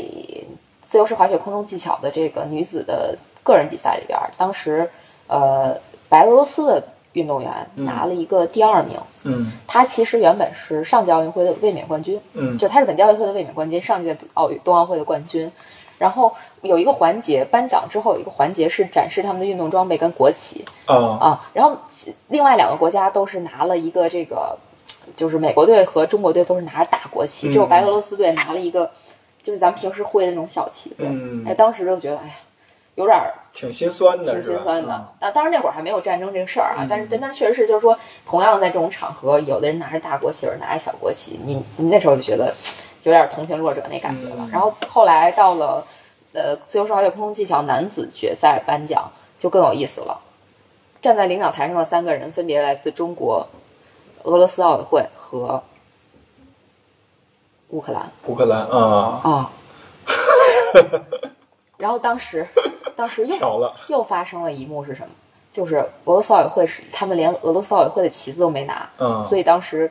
[SPEAKER 3] 自由式滑雪空中技巧的这个女子的个人比赛里边儿，当时呃白俄罗斯的运动员拿了一个第二名。
[SPEAKER 4] 嗯
[SPEAKER 3] 她其实原本是上届奥运会的卫冕冠军，
[SPEAKER 4] 嗯
[SPEAKER 3] 就是他是本届奥运会的卫冕冠军，上届奥运冬奥会的冠军。然后有一个环节，颁奖之后有一个环节是展示他们的运动装备跟国旗
[SPEAKER 4] 啊
[SPEAKER 3] 啊。然后其另外两个国家都是拿了一个这个，就是美国队和中国队都是拿着大国旗，
[SPEAKER 4] 嗯
[SPEAKER 3] 只有白俄罗斯队拿了一个，就是咱们平时挥的那种小旗子。
[SPEAKER 4] 嗯
[SPEAKER 3] 哎，当时就觉得哎呀，有点儿
[SPEAKER 4] 挺心酸的，
[SPEAKER 3] 挺
[SPEAKER 4] 是
[SPEAKER 3] 心
[SPEAKER 4] 吧？啊嗯
[SPEAKER 3] 酸的。那当然那会儿还没有战争这个事儿啊，但是但但确实是就是说，同样的在这种场合，有的人拿着大国旗，有人拿着小国旗，你你那时候就觉得有点同情弱者那感觉了
[SPEAKER 4] 嗯。
[SPEAKER 3] 然后后来到了呃自由式滑雪空中技巧男子决赛颁奖就更有意思了，站在领奖台上的三个人分别来自中国、俄罗斯奥委会和乌克兰。
[SPEAKER 4] 乌克兰啊， (laughs)
[SPEAKER 3] 啊。然后当时，当时
[SPEAKER 4] 巧
[SPEAKER 3] 又
[SPEAKER 4] 了
[SPEAKER 3] 又发生了一幕是什么？就是俄罗斯奥委会是他们连俄罗斯奥委会的旗子都没拿，
[SPEAKER 4] 嗯
[SPEAKER 3] 所以当时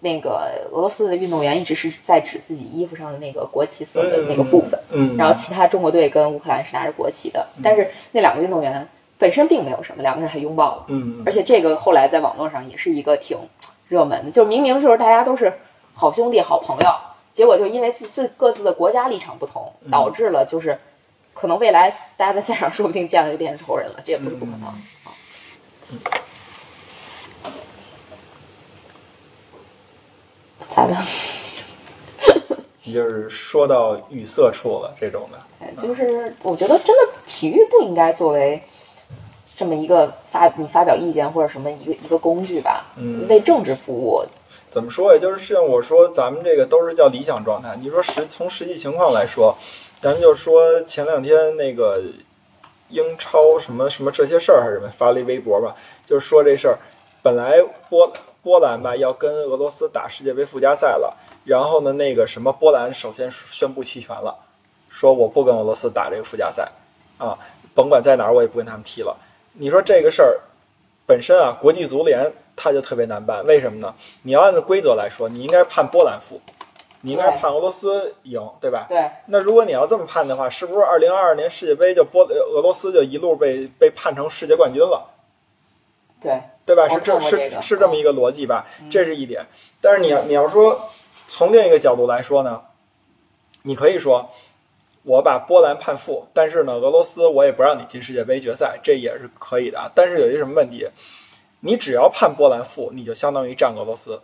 [SPEAKER 3] 那个俄罗斯的运动员一直是在指自己衣服上的那个国旗色的那个部分，
[SPEAKER 4] 嗯，嗯
[SPEAKER 3] 然后其他中国队跟乌克兰是拿着国旗的，但是那两个运动员本身并没有什么，两个人还拥抱了，
[SPEAKER 4] 嗯
[SPEAKER 3] 而且这个后来在网络上也是一个挺热门的，就是明明就是大家都是好兄弟、好朋友，结果就因为自自各自的国家立场不同，导致了就是可能未来大家在赛场说不定见了就变成仇人了，这也不是不可能。啊咋的？
[SPEAKER 4] 也就是说到语塞处了，这种的，
[SPEAKER 3] 哎就是我觉得真的体育不应该作为这么一个发你发表意见或者什么一个一个工具吧，
[SPEAKER 4] 嗯
[SPEAKER 3] 为政治服务，
[SPEAKER 4] 怎么说呀？就是像我说，咱们这个都是叫理想状态。你说实从实际情况来说，咱们就说前两天那个英超什么什么这些事儿还是什么，发了一微博吧，就是说这事儿。本来波波兰吧要跟俄罗斯打世界杯附加赛了，然后呢，那个什么波兰首先宣布弃权了，说我不跟俄罗斯打这个附加赛，啊，甭管在哪儿我也不跟他们踢了。你说这个事儿本身啊，国际足联它就特别难办，为什么呢？你要按照规则来说，你应该判波兰负，你应该
[SPEAKER 3] 对
[SPEAKER 4] 判俄罗斯赢，对吧？
[SPEAKER 3] 对。
[SPEAKER 4] 那如果你要这么判的话，是不是二零二二年世界杯就波呃俄罗斯就一路被被判成世界冠军了？
[SPEAKER 3] 对，
[SPEAKER 4] 对吧？
[SPEAKER 3] 我
[SPEAKER 4] 是
[SPEAKER 3] 哦看过
[SPEAKER 4] 是
[SPEAKER 3] 这个哦嗯
[SPEAKER 4] 是这么一个逻辑吧，这是一点。但是你要你要说从另一个角度来说呢，你可以说我把波兰判负，但是呢，俄罗斯我也不让你进世界杯决赛，这也是可以的啊。但是有一什么问题？你只要判波兰负，你就相当于占俄罗斯。
[SPEAKER 3] 嗯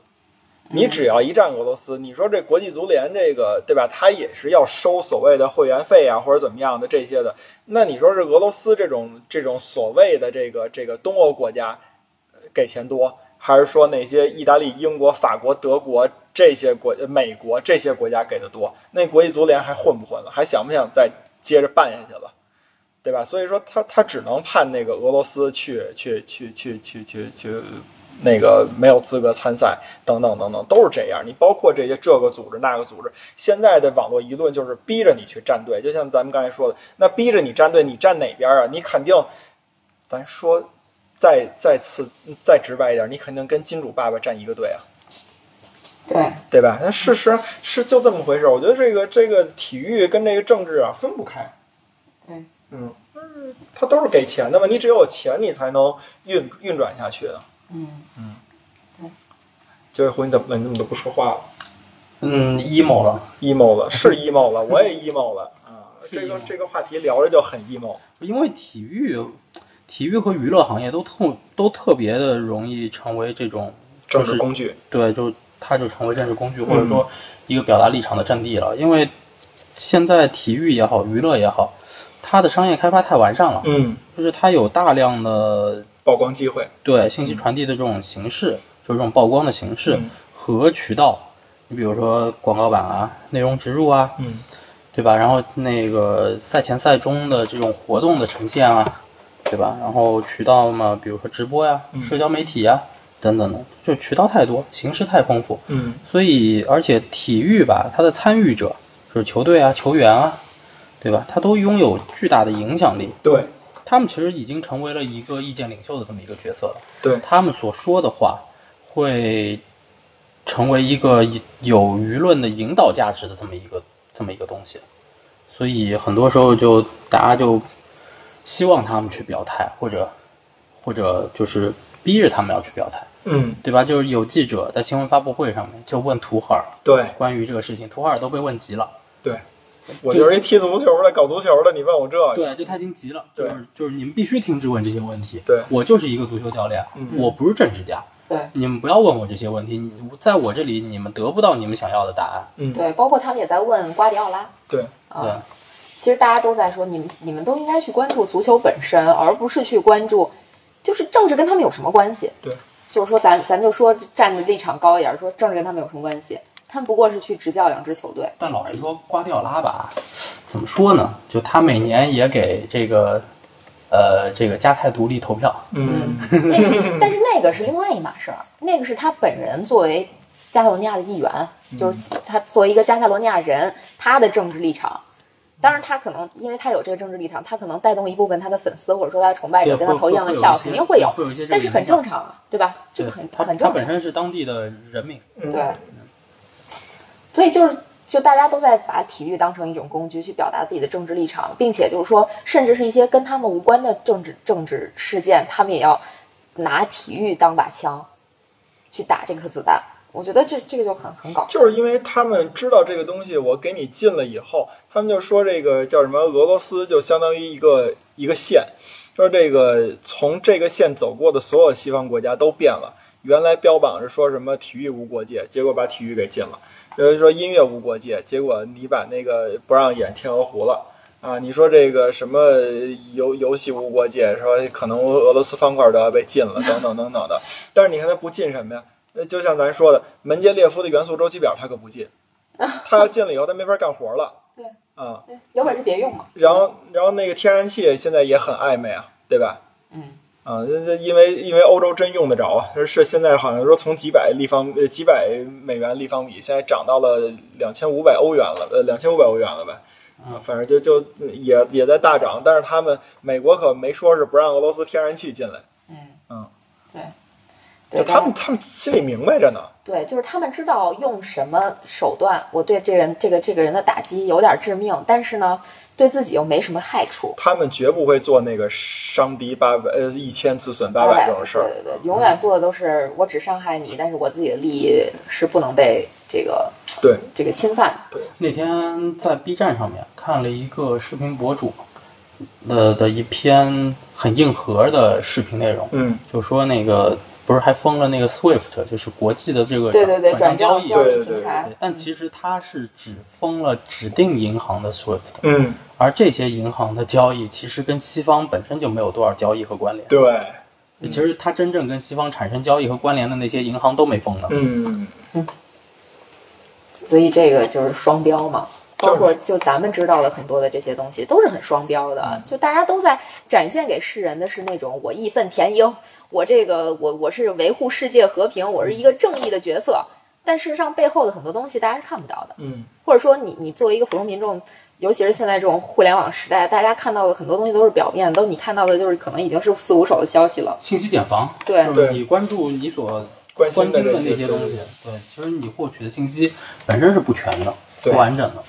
[SPEAKER 4] 你只要一占俄罗斯，你说这国际足联这个对吧？他也是要收所谓的会员费啊，或者怎么样的这些的。那你说是俄罗斯这种这种所谓的这个这个东欧国家，给钱多，还是说那些意大利、英国、法国、德国这些国、呃美国这些国家给的多？那国际足联还混不混了？还想不想再接着办下去了？对吧？所以说他他只能判那个俄罗斯去去去去去去去那个没有资格参赛，等等等等，都是这样。你包括这些这个组织那个组织，现在的网络舆论就是逼着你去站队，就像咱们刚才说的，那逼着你站队，你站哪边啊？你肯定，咱说再再次再直白一点，你肯定跟金主爸爸站一个队啊。
[SPEAKER 3] 对，
[SPEAKER 4] 对吧？那事实是就这么回事儿。我觉得这个这个体育跟这个政治啊分不开。
[SPEAKER 3] 对，
[SPEAKER 4] 嗯，它都是给钱的嘛，你只有钱你才能运运转下去的。啊
[SPEAKER 3] 嗯，
[SPEAKER 4] 这回你怎么你怎么都不说话了
[SPEAKER 5] 嗯，emo 了
[SPEAKER 4] ？emo 了，
[SPEAKER 5] (laughs)
[SPEAKER 4] 是 emo 了，我也 emo 了啊！
[SPEAKER 5] 是
[SPEAKER 4] 这个
[SPEAKER 5] emo
[SPEAKER 4] 这个话题聊着就很 emo。
[SPEAKER 5] 因为体育、体育和娱乐行业都特都特别的容易成为这种
[SPEAKER 4] 政
[SPEAKER 5] 就
[SPEAKER 4] 治
[SPEAKER 5] 是
[SPEAKER 4] 工具，
[SPEAKER 5] 对，就它就成为政治工具，或者
[SPEAKER 4] 嗯
[SPEAKER 5] 说一个表达立场的阵地了。因为现在体育也好，娱乐也好，它的商业开发太完善了，
[SPEAKER 4] 嗯，
[SPEAKER 5] 就是它有大量的
[SPEAKER 4] 曝光机会，
[SPEAKER 5] 对信息传递的这种形式，就这种曝光的形式
[SPEAKER 4] 嗯
[SPEAKER 5] 和渠道。你比如说广告版啊，内容植入啊，
[SPEAKER 4] 嗯，
[SPEAKER 5] 对吧？然后那个赛前赛中的这种活动的呈现啊，对吧？然后渠道嘛，比如说直播呀、
[SPEAKER 4] 嗯
[SPEAKER 5] 社交媒体呀、等等的，就渠道太多，形式太丰富，
[SPEAKER 4] 嗯，
[SPEAKER 5] 所以而且体育吧，它的参与者就是球队啊、球员啊，对吧？他都拥有巨大的影响力，
[SPEAKER 4] 对
[SPEAKER 5] 他们其实已经成为了一个意见领袖的这么一个角色了。
[SPEAKER 4] 对，
[SPEAKER 5] 他们所说的话会成为一个有舆论的引导价值的这么一个这么一个东西，所以很多时候就大家就希望他们去表态，或者或者就是逼着他们要去表态，
[SPEAKER 4] 嗯，
[SPEAKER 5] 对吧？就是有记者在新闻发布会上面就问图赫尔
[SPEAKER 4] 对
[SPEAKER 5] 关于这个事情，图赫尔都被问急了。
[SPEAKER 4] 对，我就是一踢足球的，搞足球的，你问我这个，
[SPEAKER 5] 对，就他已经急了，就
[SPEAKER 4] 对
[SPEAKER 5] 是就是你们必须停止问这些问题。
[SPEAKER 4] 对
[SPEAKER 5] 我就是一个足球教练，
[SPEAKER 4] 嗯
[SPEAKER 5] 我不是政治家，
[SPEAKER 3] 对
[SPEAKER 5] 你们不要问我这些问题，你在我这里你们得不到你们想要的答案。
[SPEAKER 4] 嗯，
[SPEAKER 3] 对，包括他们也在问瓜迪奥拉
[SPEAKER 4] 对，
[SPEAKER 3] 啊。
[SPEAKER 5] 对，
[SPEAKER 3] 其实大家都在说，你们你们都应该去关注足球本身，而不是去关注，就是政治跟他们有什么关系？
[SPEAKER 4] 对，
[SPEAKER 3] 就是说咱咱就说站的立场高一点，说政治跟他们有什么关系？他们不过是去执教两支球队。
[SPEAKER 5] 但老实说，瓜迪奥拉吧，怎么说呢？就他每年也给这个，呃，这个加泰独立投票，
[SPEAKER 4] 嗯，
[SPEAKER 3] 那个 (laughs) 但是那个是另外一码事儿，那个是他本人作为加泰罗尼亚的一员，
[SPEAKER 5] 嗯
[SPEAKER 3] 就是他作为一个加泰罗尼亚人，他的政治立场。当然，他可能因为他有这个政治立场，他可能带动一部分他的粉丝或者说他的崇拜者跟
[SPEAKER 5] 对
[SPEAKER 3] 他
[SPEAKER 5] 会
[SPEAKER 3] 投一样的
[SPEAKER 5] 会会有
[SPEAKER 3] 票，
[SPEAKER 5] 一些
[SPEAKER 3] 肯定会有
[SPEAKER 5] 会有一些这，个
[SPEAKER 3] 但是很
[SPEAKER 5] 影响
[SPEAKER 3] 正常啊，对吧？这
[SPEAKER 5] 对
[SPEAKER 3] 个很
[SPEAKER 5] 他
[SPEAKER 3] 很
[SPEAKER 5] 他
[SPEAKER 3] 正
[SPEAKER 5] 本
[SPEAKER 3] 常。
[SPEAKER 5] 身是当地的人民，
[SPEAKER 3] 对，所以就是就大家都在把体育当成一种工具去表达自己的政治立场，并且就是说，甚至是一些跟他们无关的政治政治事件，他们也要拿体育当把枪去打这颗子弹。我觉得这这个就很很搞笑。
[SPEAKER 4] 就是因为他们知道这个东西，我给你禁了以后，他们就说这个叫什么俄罗斯，就相当于一个一个线，说这个从这个线走过的所有西方国家都变了。原来标榜是说什么体育无国界，结果把体育给禁了；有人说音乐无国界，结果你把那个不让演《天鹅湖》了。啊，你说这个什么游游戏无国界，说可能俄罗斯方块都要被禁了，等等等等的。但是你看他不禁什么呀？那就像咱说的，门捷列夫的元素周期表他可不禁，他要进了以后他没法干活了。
[SPEAKER 3] 啊 (laughs) 对
[SPEAKER 4] 啊，
[SPEAKER 3] 对，有本事别用嘛。
[SPEAKER 4] 然后然后那个天然气现在也很暧昧啊，对吧？
[SPEAKER 3] 嗯，
[SPEAKER 4] 啊，这这因为因为欧洲真用得着啊，是现在好像说从几百立方呃几百美元立方米，现在涨到了两千五百欧元了，呃两千五百欧元了吧？啊，反正就就也也在大涨，但是他们美国可没说是不让俄罗斯天然气进来，
[SPEAKER 3] 嗯
[SPEAKER 4] 嗯，
[SPEAKER 3] 对，对，
[SPEAKER 4] 他们
[SPEAKER 3] 但
[SPEAKER 4] 他们心里明白着呢，
[SPEAKER 3] 对，就是他们知道用什么手段，我对这人这个这个人的打击有点致命，但是呢，对自己又没什么害处。
[SPEAKER 4] 他们绝不会做那个伤敌八百呃一千自损八百这种事儿
[SPEAKER 3] 对，对对，永远做的都是我只伤害你，但是我自己的利益是不能被这个
[SPEAKER 4] 对，
[SPEAKER 3] 这个侵犯的。
[SPEAKER 5] 那天在 B 站上面看了一个视频博主的的一篇很硬核的视频内容，
[SPEAKER 4] 嗯，
[SPEAKER 5] 就说那个不是还封了那个 SWIFT，就是国际的这个
[SPEAKER 3] 对对对，转
[SPEAKER 5] 交
[SPEAKER 3] 交
[SPEAKER 5] 易。
[SPEAKER 3] 交易
[SPEAKER 4] 对对
[SPEAKER 3] 平台
[SPEAKER 5] 对，但其实它是只封了指定银行的 SWIFT，
[SPEAKER 4] 嗯，
[SPEAKER 5] 而这些银行的交易其实跟西方本身就没有多少交易和关联。
[SPEAKER 4] 对，
[SPEAKER 5] 其实它真正跟西方产生交易和关联的那些银行都没封呢。
[SPEAKER 4] 嗯，
[SPEAKER 3] 所以这个就是双标嘛。包括就咱们知道的很多的这些东西，都是很双标
[SPEAKER 4] 嗯
[SPEAKER 3] 的。就大家都在展现给世人的是那种我义愤填膺，我这个我我是维护世界和平，我是一个正义的角色。但事实上背后的很多东西大家是看不到的，
[SPEAKER 4] 嗯，
[SPEAKER 3] 或者说你你作为一个普通民众，尤其是现在这种互联网时代，大家看到的很多东西都是表面，都你看到的就是可能已经是四五手的消息了。
[SPEAKER 5] 信息茧房，
[SPEAKER 3] 对
[SPEAKER 5] 就是你关注你所
[SPEAKER 4] 关
[SPEAKER 5] 关
[SPEAKER 4] 心
[SPEAKER 5] 心
[SPEAKER 4] 的
[SPEAKER 5] 的
[SPEAKER 4] 这
[SPEAKER 5] 那些东西，对，其实你获取的信息本身是不全的、不
[SPEAKER 4] 对
[SPEAKER 5] 完整的。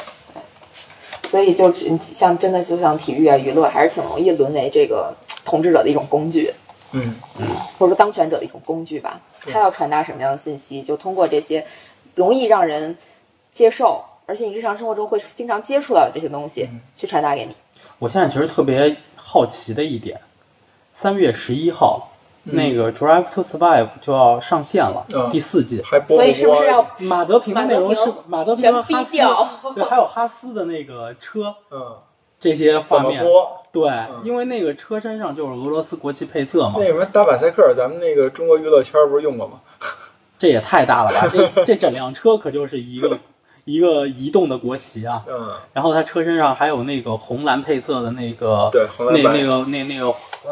[SPEAKER 3] 所以就只像真的就像体育啊娱乐，还是挺容易沦为这个统治者的一种工具，
[SPEAKER 4] 嗯，
[SPEAKER 3] 或者说当权者的一种工具吧。他要传达什么样的信息，就通过这些容易让人接受，而且你日常生活中会经常接触到的这些东西，去传达给你。
[SPEAKER 5] 我现在其实特别好奇的一点，三月十一号、那个《Drive to Survive》就要上线了，
[SPEAKER 4] 嗯
[SPEAKER 5] 第四季。
[SPEAKER 4] 还播
[SPEAKER 3] 所以是不是要
[SPEAKER 5] 马德平的内容是马
[SPEAKER 3] 马
[SPEAKER 5] 德
[SPEAKER 3] 德平
[SPEAKER 5] 平和哈
[SPEAKER 3] 全
[SPEAKER 5] 斯
[SPEAKER 3] 逼掉
[SPEAKER 5] 对，还有哈斯的那个车
[SPEAKER 4] 嗯
[SPEAKER 5] 这些
[SPEAKER 4] 怎
[SPEAKER 5] 画
[SPEAKER 4] 么
[SPEAKER 5] 面。
[SPEAKER 4] 播？嗯
[SPEAKER 5] 对，因为那个车身上就是俄罗斯国旗配色嘛
[SPEAKER 4] 那，什么大马赛克，咱们那个中国娱乐圈不是用过吗？
[SPEAKER 5] 这也太大了吧！这这整辆车可就是一个一个移动的国旗啊。
[SPEAKER 4] 嗯，
[SPEAKER 5] 然后它车身上还有那个红蓝配色的那个，
[SPEAKER 4] 对红蓝
[SPEAKER 5] 那
[SPEAKER 4] 白
[SPEAKER 5] 那个那那个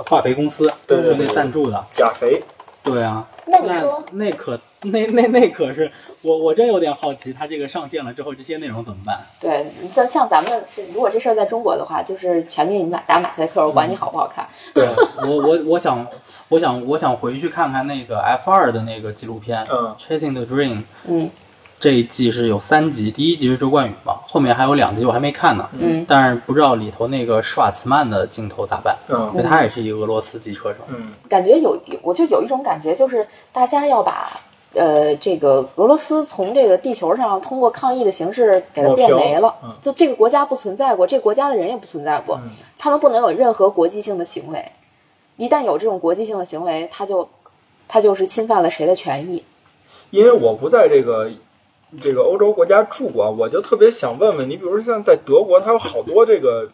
[SPEAKER 5] 化肥公司，
[SPEAKER 4] 对对
[SPEAKER 5] 就是
[SPEAKER 4] 对
[SPEAKER 5] 那赞助的，
[SPEAKER 4] 钾肥，
[SPEAKER 5] 对啊。
[SPEAKER 3] 那你说
[SPEAKER 5] 那可那那那可是我我真有点好奇，它这个上线了之后，这些内容怎么办？
[SPEAKER 3] 对，像像咱们如果这事儿在中国的话，就是全给你打打马赛克，我管
[SPEAKER 4] 嗯
[SPEAKER 3] 你好不好看。
[SPEAKER 5] 对我我我想我想我想回去看看那个 F 二的那个纪录片，
[SPEAKER 4] 嗯
[SPEAKER 5] Chasing the Dream》
[SPEAKER 3] 嗯
[SPEAKER 5] 这一季是有三集，第一集是周冠宇嘛，后面还有两集我还没看呢，
[SPEAKER 3] 嗯
[SPEAKER 5] 但是不知道里头那个施瓦茨曼的镜头咋办，
[SPEAKER 4] 嗯
[SPEAKER 5] 因为他也是一个俄罗斯籍车手，
[SPEAKER 4] 嗯，
[SPEAKER 3] 感觉有，我就有一种感觉，就是大家要把呃这个俄罗斯从这个地球上通过抗议的形式给它
[SPEAKER 4] 抹
[SPEAKER 3] 变
[SPEAKER 4] 平
[SPEAKER 3] 没了，
[SPEAKER 4] 嗯
[SPEAKER 3] 就这个国家不存在过，这个国家的人也不存在过，
[SPEAKER 4] 嗯
[SPEAKER 3] 他们不能有任何国际性的行为。一旦有这种国际性的行为，他就他就是侵犯了谁的权益？
[SPEAKER 4] 因为我不在这个这个欧洲国家住啊，我就特别想问问你，比如说像在德国，他有好多这个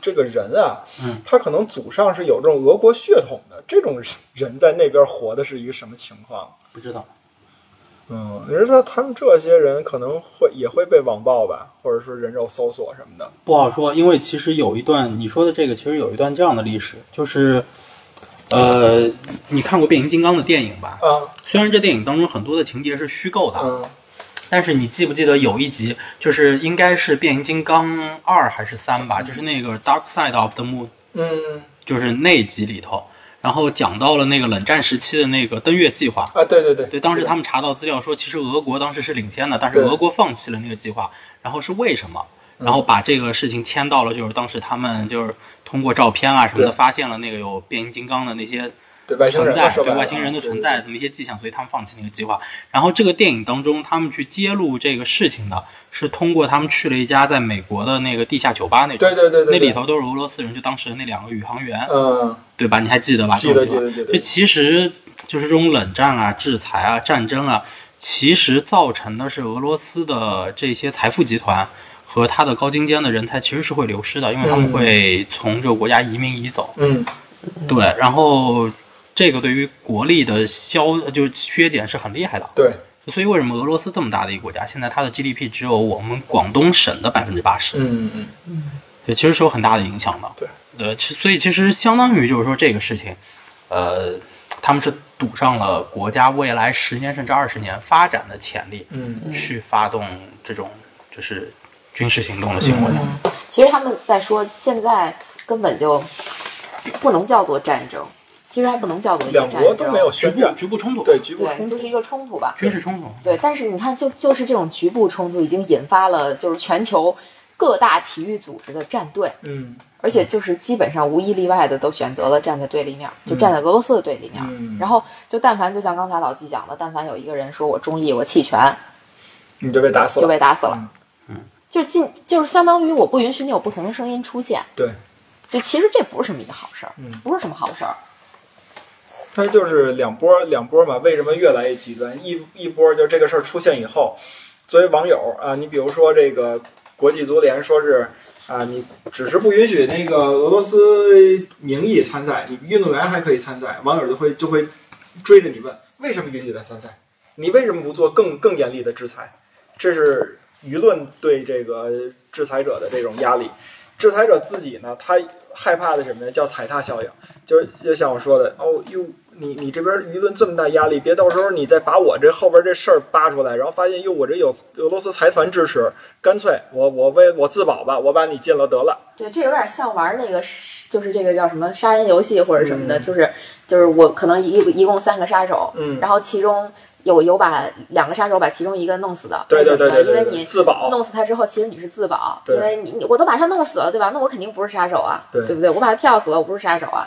[SPEAKER 4] 这个人啊，
[SPEAKER 5] 嗯
[SPEAKER 4] 他可能祖上是有这种俄国血统的，这种人在那边活的是一个什么情况？
[SPEAKER 5] 不知道。
[SPEAKER 4] 嗯，你说他他们这些人可能会也会被网暴吧，或者说人肉搜索什么的。
[SPEAKER 5] 不好说，因为其实有一段你说的这个，其实有一段这样的历史，就是，呃，你看过《变形金刚》的电影吧？
[SPEAKER 4] 啊，
[SPEAKER 5] 虽然这电影当中很多的情节是虚构的，
[SPEAKER 4] 嗯
[SPEAKER 5] 但是你记不记得有一集，就是应该是《变形金刚二》还是三吧，就是那个《Dark Side of the Moon》，
[SPEAKER 4] 嗯
[SPEAKER 5] 就是那集里头，然后讲到了那个冷战时期的那个登月计划。
[SPEAKER 4] 啊，对对对，
[SPEAKER 5] 对，当时他们查到资料说，其实俄国当时是领先的，但是俄国放弃了那个计划，然后是为什么？
[SPEAKER 4] 嗯
[SPEAKER 5] 然后把这个事情牵到了，就是当时他们就是通过照片啊什么的，
[SPEAKER 4] 对
[SPEAKER 5] 发现了那个有变形金刚的那些
[SPEAKER 4] 对外星
[SPEAKER 5] 存
[SPEAKER 4] 人
[SPEAKER 5] 在，
[SPEAKER 4] 说白
[SPEAKER 5] 对
[SPEAKER 4] 了
[SPEAKER 5] 外星人的存在的这么一些迹象，所以他们放弃那个计划。然后这个电影当中，他们去揭露这个事情的是通过他们去了一家在美国的那个地下酒吧那种，
[SPEAKER 4] 对对对对对
[SPEAKER 5] 那里头都是俄罗斯人，就当时那两个宇航员，
[SPEAKER 4] 嗯，
[SPEAKER 5] 对吧？你还记得吧？
[SPEAKER 4] 记得
[SPEAKER 5] 这种
[SPEAKER 4] 记得记
[SPEAKER 5] 情况
[SPEAKER 4] 得
[SPEAKER 5] 就其实就是这种冷战啊、制裁啊、战争啊，其实造成的是俄罗斯的这些财富集团。和他的高精尖的人才其实是会流失的，因为他们
[SPEAKER 4] 嗯
[SPEAKER 5] 会从这个国家移民移走。
[SPEAKER 4] 嗯
[SPEAKER 5] 对，然后这个对于国力的消就削减是很厉害的。
[SPEAKER 4] 对，
[SPEAKER 5] 所以为什么俄罗斯这么大的一个国家，现在它的 GDP 只有我们广东省的百分之八十，
[SPEAKER 4] 嗯嗯
[SPEAKER 5] 对，其实是有很大的影响的。
[SPEAKER 4] 对，
[SPEAKER 5] 对，其所以其实相当于就是说这个事情，呃，他们是赌上了国家未来十年甚至二十年发展的潜力，
[SPEAKER 4] 嗯，
[SPEAKER 5] 去发动这种就是军事行动的行
[SPEAKER 4] 嗯
[SPEAKER 5] 为。
[SPEAKER 3] 其实他们在说，现在根本就不能叫做战争，其实还不能叫做一个
[SPEAKER 4] 两
[SPEAKER 3] 战
[SPEAKER 4] 国
[SPEAKER 3] 争，
[SPEAKER 4] 都没有
[SPEAKER 5] 局
[SPEAKER 4] 宣
[SPEAKER 5] 部
[SPEAKER 4] 战，
[SPEAKER 5] 局部冲突，
[SPEAKER 4] 对局部
[SPEAKER 3] 对，
[SPEAKER 4] 冲
[SPEAKER 3] 就
[SPEAKER 4] 突
[SPEAKER 3] 是，一个冲突吧。
[SPEAKER 5] 军事冲突，
[SPEAKER 3] 对，但是你看，就就是这种局部冲突，已经引发了就是全球各大体育组织的站队，
[SPEAKER 4] 嗯
[SPEAKER 3] 而且就是基本上无一例外的都选择了站在对立面，就站在俄罗斯的对立面。
[SPEAKER 4] 嗯
[SPEAKER 3] 然后就但凡就像刚才老纪讲的，但凡有一个人说我中意我弃权，
[SPEAKER 4] 你就被打死
[SPEAKER 3] 就
[SPEAKER 4] 了
[SPEAKER 3] 被，打死了。
[SPEAKER 4] 嗯
[SPEAKER 3] 就进就是相当于我不允许你有不同的声音出现，
[SPEAKER 4] 对。
[SPEAKER 3] 就其实这不是什么一个好事儿，
[SPEAKER 4] 嗯
[SPEAKER 3] 不是什么好事儿。
[SPEAKER 4] 它就是两波两波嘛，为什么越来越极端？一一波就这个事儿出现以后，作为网友啊，你比如说这个国际足联说是啊，你只是不允许那个俄罗斯名义参赛，你运动员还可以参赛，网友就会就会追着你问，为什么允许他参赛？你为什么不做更更严厉的制裁？这是舆论对这个制裁者的这种压力。制裁者自己呢，他害怕的是什么呢？叫踩踏效应，就是就像我说的，哦哟，你你这边舆论这么大压力，别到时候你再把我这后边这事儿扒出来，然后发现哟，我这有俄罗斯财团支持，干脆我我为我自保吧，我把你禁了得了。
[SPEAKER 3] 对，这有点像玩那个，就是这个叫什么杀人游戏或者什么的，就是就是我可能一一共三个杀手，
[SPEAKER 4] 嗯
[SPEAKER 3] 然后其中有有把两个杀手把其中一个弄死的，
[SPEAKER 4] 对对对对
[SPEAKER 3] 为什
[SPEAKER 4] 对
[SPEAKER 3] 么呢因为
[SPEAKER 4] 对，
[SPEAKER 3] 你
[SPEAKER 4] 自保。
[SPEAKER 3] 弄死他之后，其实你是自保，
[SPEAKER 4] 对
[SPEAKER 3] 因为你你我都把他弄死了，对吧？那我肯定不是杀手啊，
[SPEAKER 4] 对
[SPEAKER 3] 不对？我把他跳死了，我不是杀手啊。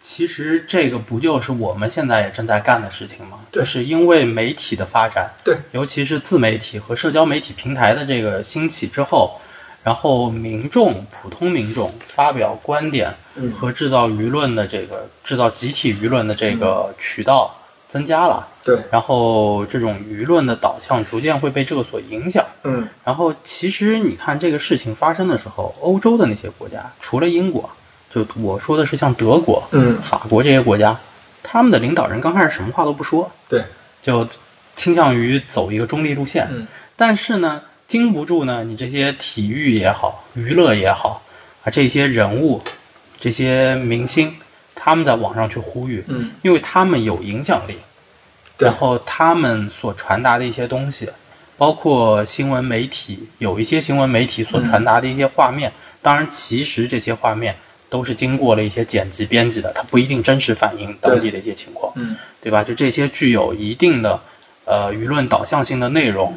[SPEAKER 5] 其实这个不就是我们现在也正在干的事情吗？
[SPEAKER 4] 对
[SPEAKER 5] 就是因为媒体的发展，
[SPEAKER 4] 对，
[SPEAKER 5] 尤其是自媒体和社交媒体平台的这个兴起之后，然后民众、普通民众发表观点
[SPEAKER 4] 嗯
[SPEAKER 5] 和制造舆论的这个制造集体舆论的这个
[SPEAKER 4] 嗯
[SPEAKER 5] 渠道增加了，
[SPEAKER 4] 对，
[SPEAKER 5] 然后这种舆论的导向逐渐会被这个所影响。
[SPEAKER 4] 嗯
[SPEAKER 5] 然后其实你看这个事情发生的时候，欧洲的那些国家，除了英国，就我说的是像德国，
[SPEAKER 4] 嗯，
[SPEAKER 5] 法国这些国家，他们的领导人刚开始什么话都不说，
[SPEAKER 4] 对，
[SPEAKER 5] 就倾向于走一个中立路线。
[SPEAKER 4] 嗯
[SPEAKER 5] 但是呢，经不住呢，你这些体育也好，娱乐也好，啊，这些人物，这些明星，他们在网上去呼吁，
[SPEAKER 4] 嗯，
[SPEAKER 5] 因为他们有影响力，
[SPEAKER 4] 对
[SPEAKER 5] 然后他们所传达的一些东西，包括新闻媒体有一些新闻媒体所传达的一些画面，当然其实这些画面都是经过了一些剪辑编辑的，它不一定真实反映当地的一些情况，
[SPEAKER 4] 嗯，
[SPEAKER 5] 对吧？就这些具有一定的呃舆论导向性的内容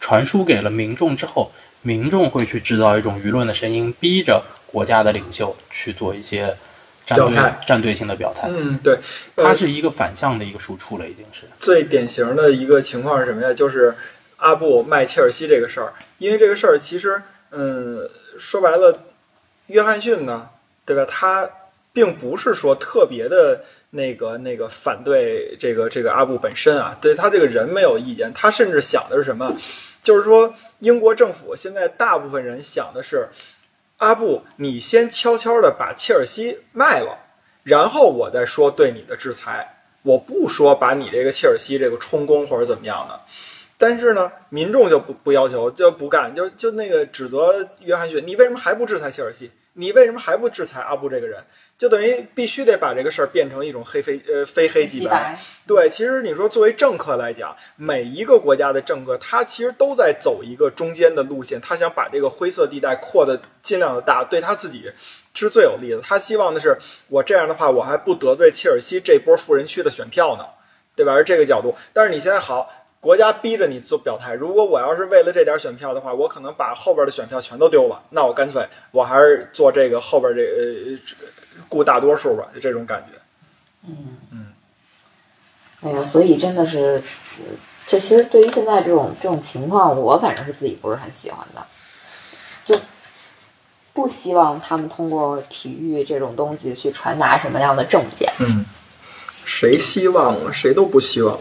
[SPEAKER 5] 传输给了民众之后，民众会去制造一种舆论的声音，逼着国家的领袖去做一些站队
[SPEAKER 4] 表态
[SPEAKER 5] 站队性的表态。
[SPEAKER 4] 嗯，对，呃
[SPEAKER 5] 它是一个反向的一个输出了，已经是。
[SPEAKER 4] 最典型的一个情况是什么呀？就是阿布卖切尔西这个事儿，因为这个事儿其实，嗯，说白了，约翰逊呢，对吧？他并不是说特别的那个那个反对这个这个阿布本身啊，对他这个人没有意见，他甚至想的是什么？就是说，英国政府现在大部分人想的是，阿布，你先悄悄的把切尔西卖了，然后我再说对你的制裁。我不说把你这个切尔西这个充公或者怎么样的，但是呢，民众就不不要求，就不干，就就那个指责约翰逊，你为什么还不制裁切尔西？你为什么还不制裁阿布这个人？就等于必须得把这个事儿变成一种黑非呃非黑即
[SPEAKER 3] 洗
[SPEAKER 4] 白，
[SPEAKER 3] 白，
[SPEAKER 4] 对，其实你说作为政客来讲，每一个国家的政客，他其实都在走一个中间的路线，他想把这个灰色地带扩得尽量的大，对他自己是最有利的。他希望的是，我这样的话，我还不得罪切尔西这波富人区的选票呢，对吧？是这个角度。但是你现在好，国家逼着你做表态，如果我要是为了这点选票的话，我可能把后边的选票全都丢了，那我干脆我还是做这个后边这呃顾大多数吧，就这种感觉。
[SPEAKER 3] 哎呀，所以真的是，呃这其实对于现在这种这种情况，我反正是自己不是很喜欢的，就不希望他们通过体育这种东西去传达什么样的政见。
[SPEAKER 4] 嗯，谁希望啊？谁都不希望。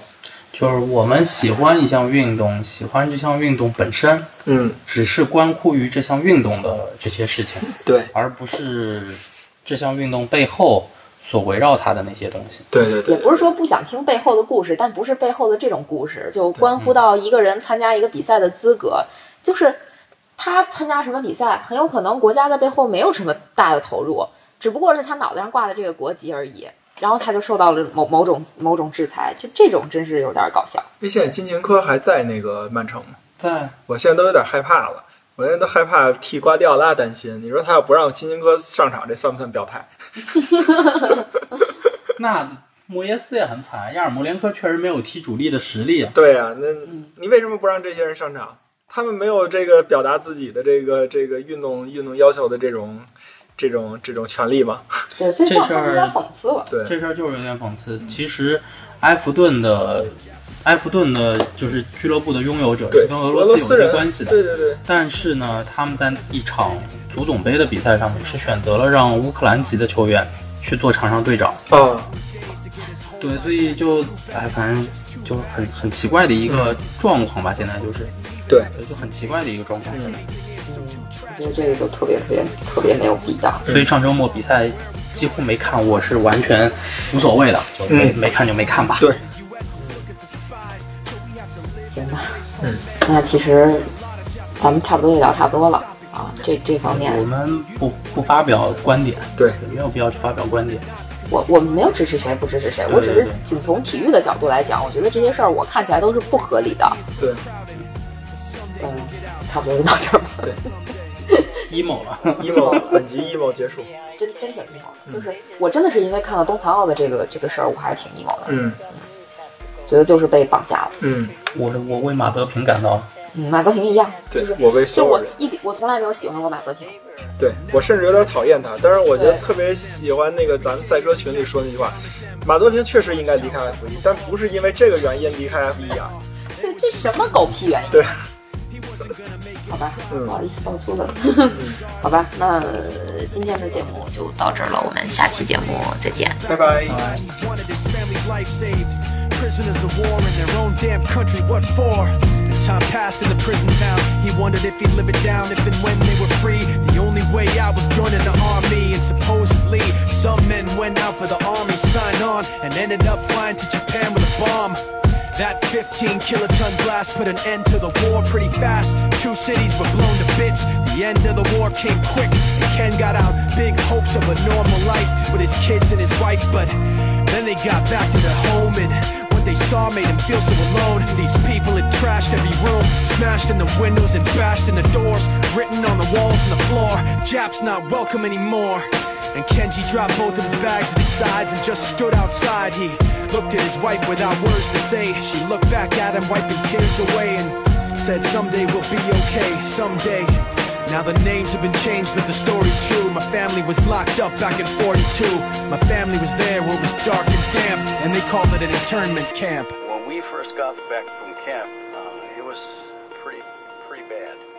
[SPEAKER 5] 就是我们喜欢一项运动，喜欢这项运动本身，
[SPEAKER 4] 嗯，
[SPEAKER 5] 只是关乎于这项运动的这些事情，
[SPEAKER 4] 对，
[SPEAKER 5] 而不是这项运动背后所围绕它的那些东西。
[SPEAKER 4] 对对
[SPEAKER 3] 也不是说不想听背后的故事，但不是背后的这种故事，就关乎到一个人参加一个比赛的资格，就是他参加什么比赛，很有可能国家在背后没有什么大的投入，只不过是他脑袋上挂的这个国籍而已，然后他就受到了某某种某种制裁，就这种真是有点搞笑。
[SPEAKER 4] 那现在金琴科还在那个曼城吗？
[SPEAKER 5] 在
[SPEAKER 4] 我现在都有点害怕了，我现在都害怕替瓜迪奥拉担心。你说他要不让金琴科上场，这算不算表态？
[SPEAKER 5] 那莫耶斯也很惨，亚尔莫连科确实没有踢主力的实力啊。
[SPEAKER 4] 对啊，那你为什么不让这些人上场？他们没有这个表达自己的这个这个运动运动要求的这种这种这种权利吗？
[SPEAKER 3] 对，所以
[SPEAKER 5] 这
[SPEAKER 3] 样
[SPEAKER 5] 事儿
[SPEAKER 3] 有点讽刺我。
[SPEAKER 4] 对，
[SPEAKER 5] 这事儿就是有点讽刺。其实，埃弗顿的埃弗顿的就是俱乐部的拥有者
[SPEAKER 4] 对
[SPEAKER 5] 是，跟
[SPEAKER 4] 俄
[SPEAKER 5] 俄罗斯有
[SPEAKER 4] 斯
[SPEAKER 5] 些
[SPEAKER 4] 人
[SPEAKER 5] 关系的。
[SPEAKER 4] 对对对，
[SPEAKER 5] 但是呢，他们在一场足总杯的比赛上面是选择了让乌克兰籍的球员去做场上队长。
[SPEAKER 4] 啊，
[SPEAKER 5] 对，所以就哎，反正就很很奇怪的一个状况吧。现在就是，
[SPEAKER 4] 对，
[SPEAKER 5] 对就很奇怪的一个状况。
[SPEAKER 3] 我觉得这个就特别特别特别没有必要。
[SPEAKER 5] 所以上周末比赛几乎没看，我是完全无所谓的，就没、没看就没看吧。
[SPEAKER 4] 对，
[SPEAKER 5] 嗯
[SPEAKER 3] 行吧，那其实咱们差不多就聊差不多了啊，这这方面
[SPEAKER 5] 我们不不发表观点，
[SPEAKER 4] 对，
[SPEAKER 5] 没有必要去发表观点。
[SPEAKER 3] 我我们没有支持谁不支持谁，我只
[SPEAKER 5] 对
[SPEAKER 3] 是
[SPEAKER 5] 对对
[SPEAKER 3] 仅从体育的角度来讲，我觉得这些事儿我看起来都是不合理的。
[SPEAKER 4] 对
[SPEAKER 3] 嗯，差不多就到这儿吧，
[SPEAKER 4] 对
[SPEAKER 5] emo 了， (laughs)
[SPEAKER 4] ，emo 本集 emo 结束，
[SPEAKER 3] 真真挺 emo 的。就是我真的是因为看到冬残奥的这个这个事儿，我还是挺 emo 的，
[SPEAKER 4] 嗯
[SPEAKER 3] 觉得就是被绑架了。
[SPEAKER 4] 嗯，
[SPEAKER 5] 我我为马泽平感到
[SPEAKER 3] 嗯，马泽平一样，
[SPEAKER 4] 对
[SPEAKER 3] 就是
[SPEAKER 4] 我为
[SPEAKER 3] 就
[SPEAKER 4] 所有
[SPEAKER 3] 我
[SPEAKER 4] 人，
[SPEAKER 3] 一点我从来没有喜欢过马泽平，
[SPEAKER 4] 对我甚至有点讨厌他，但是我觉得
[SPEAKER 3] 对
[SPEAKER 4] 特别喜欢那个咱们赛车群里说那句话。马泽平确实应该离开 F 1但不是因为这个原因离开 F 1啊。
[SPEAKER 3] 这这什么狗屁原因？
[SPEAKER 4] 对，
[SPEAKER 3] (laughs) 好吧，
[SPEAKER 4] 嗯
[SPEAKER 3] 不好意思爆粗了。 (laughs) 好吧，那呃今天的节目就到这儿了，我们下期节目再见。
[SPEAKER 4] 拜拜。
[SPEAKER 2] Each one of his family's life saved. Prisoners of war in their own damn country, what for? The time passed in the prison town. He wondered if he'd live it down, if and when they were free. The only way out was joining the army, and supposedly some men went out for the army, signed on, and ended up flying to Japan with a bomb. That 15 kiloton blast put an end to the war pretty fast. Two cities were blown to bits. The end of the war came quick, and Ken got out big hopes of a normal life with his kids and his wife. But then they got back to their home, and what they saw made him feel so alone. These people had trashed every room, smashed in the windows and bashed in the doors, written on the walls and the floor. Jap's not welcome anymore. And Kenji dropped both of his bags at his sides and just stood outside. He looked at his wife without words to say. She looked back at him, wiping tears away, and said, Someday we'll be okay, someday. Now the names have been changed, but the story's true. My family was locked up back in 42. My family was there where it was dark and damp, and they called it an internment camp.
[SPEAKER 1] When we first got back from camp, uh, it was pretty, pretty bad.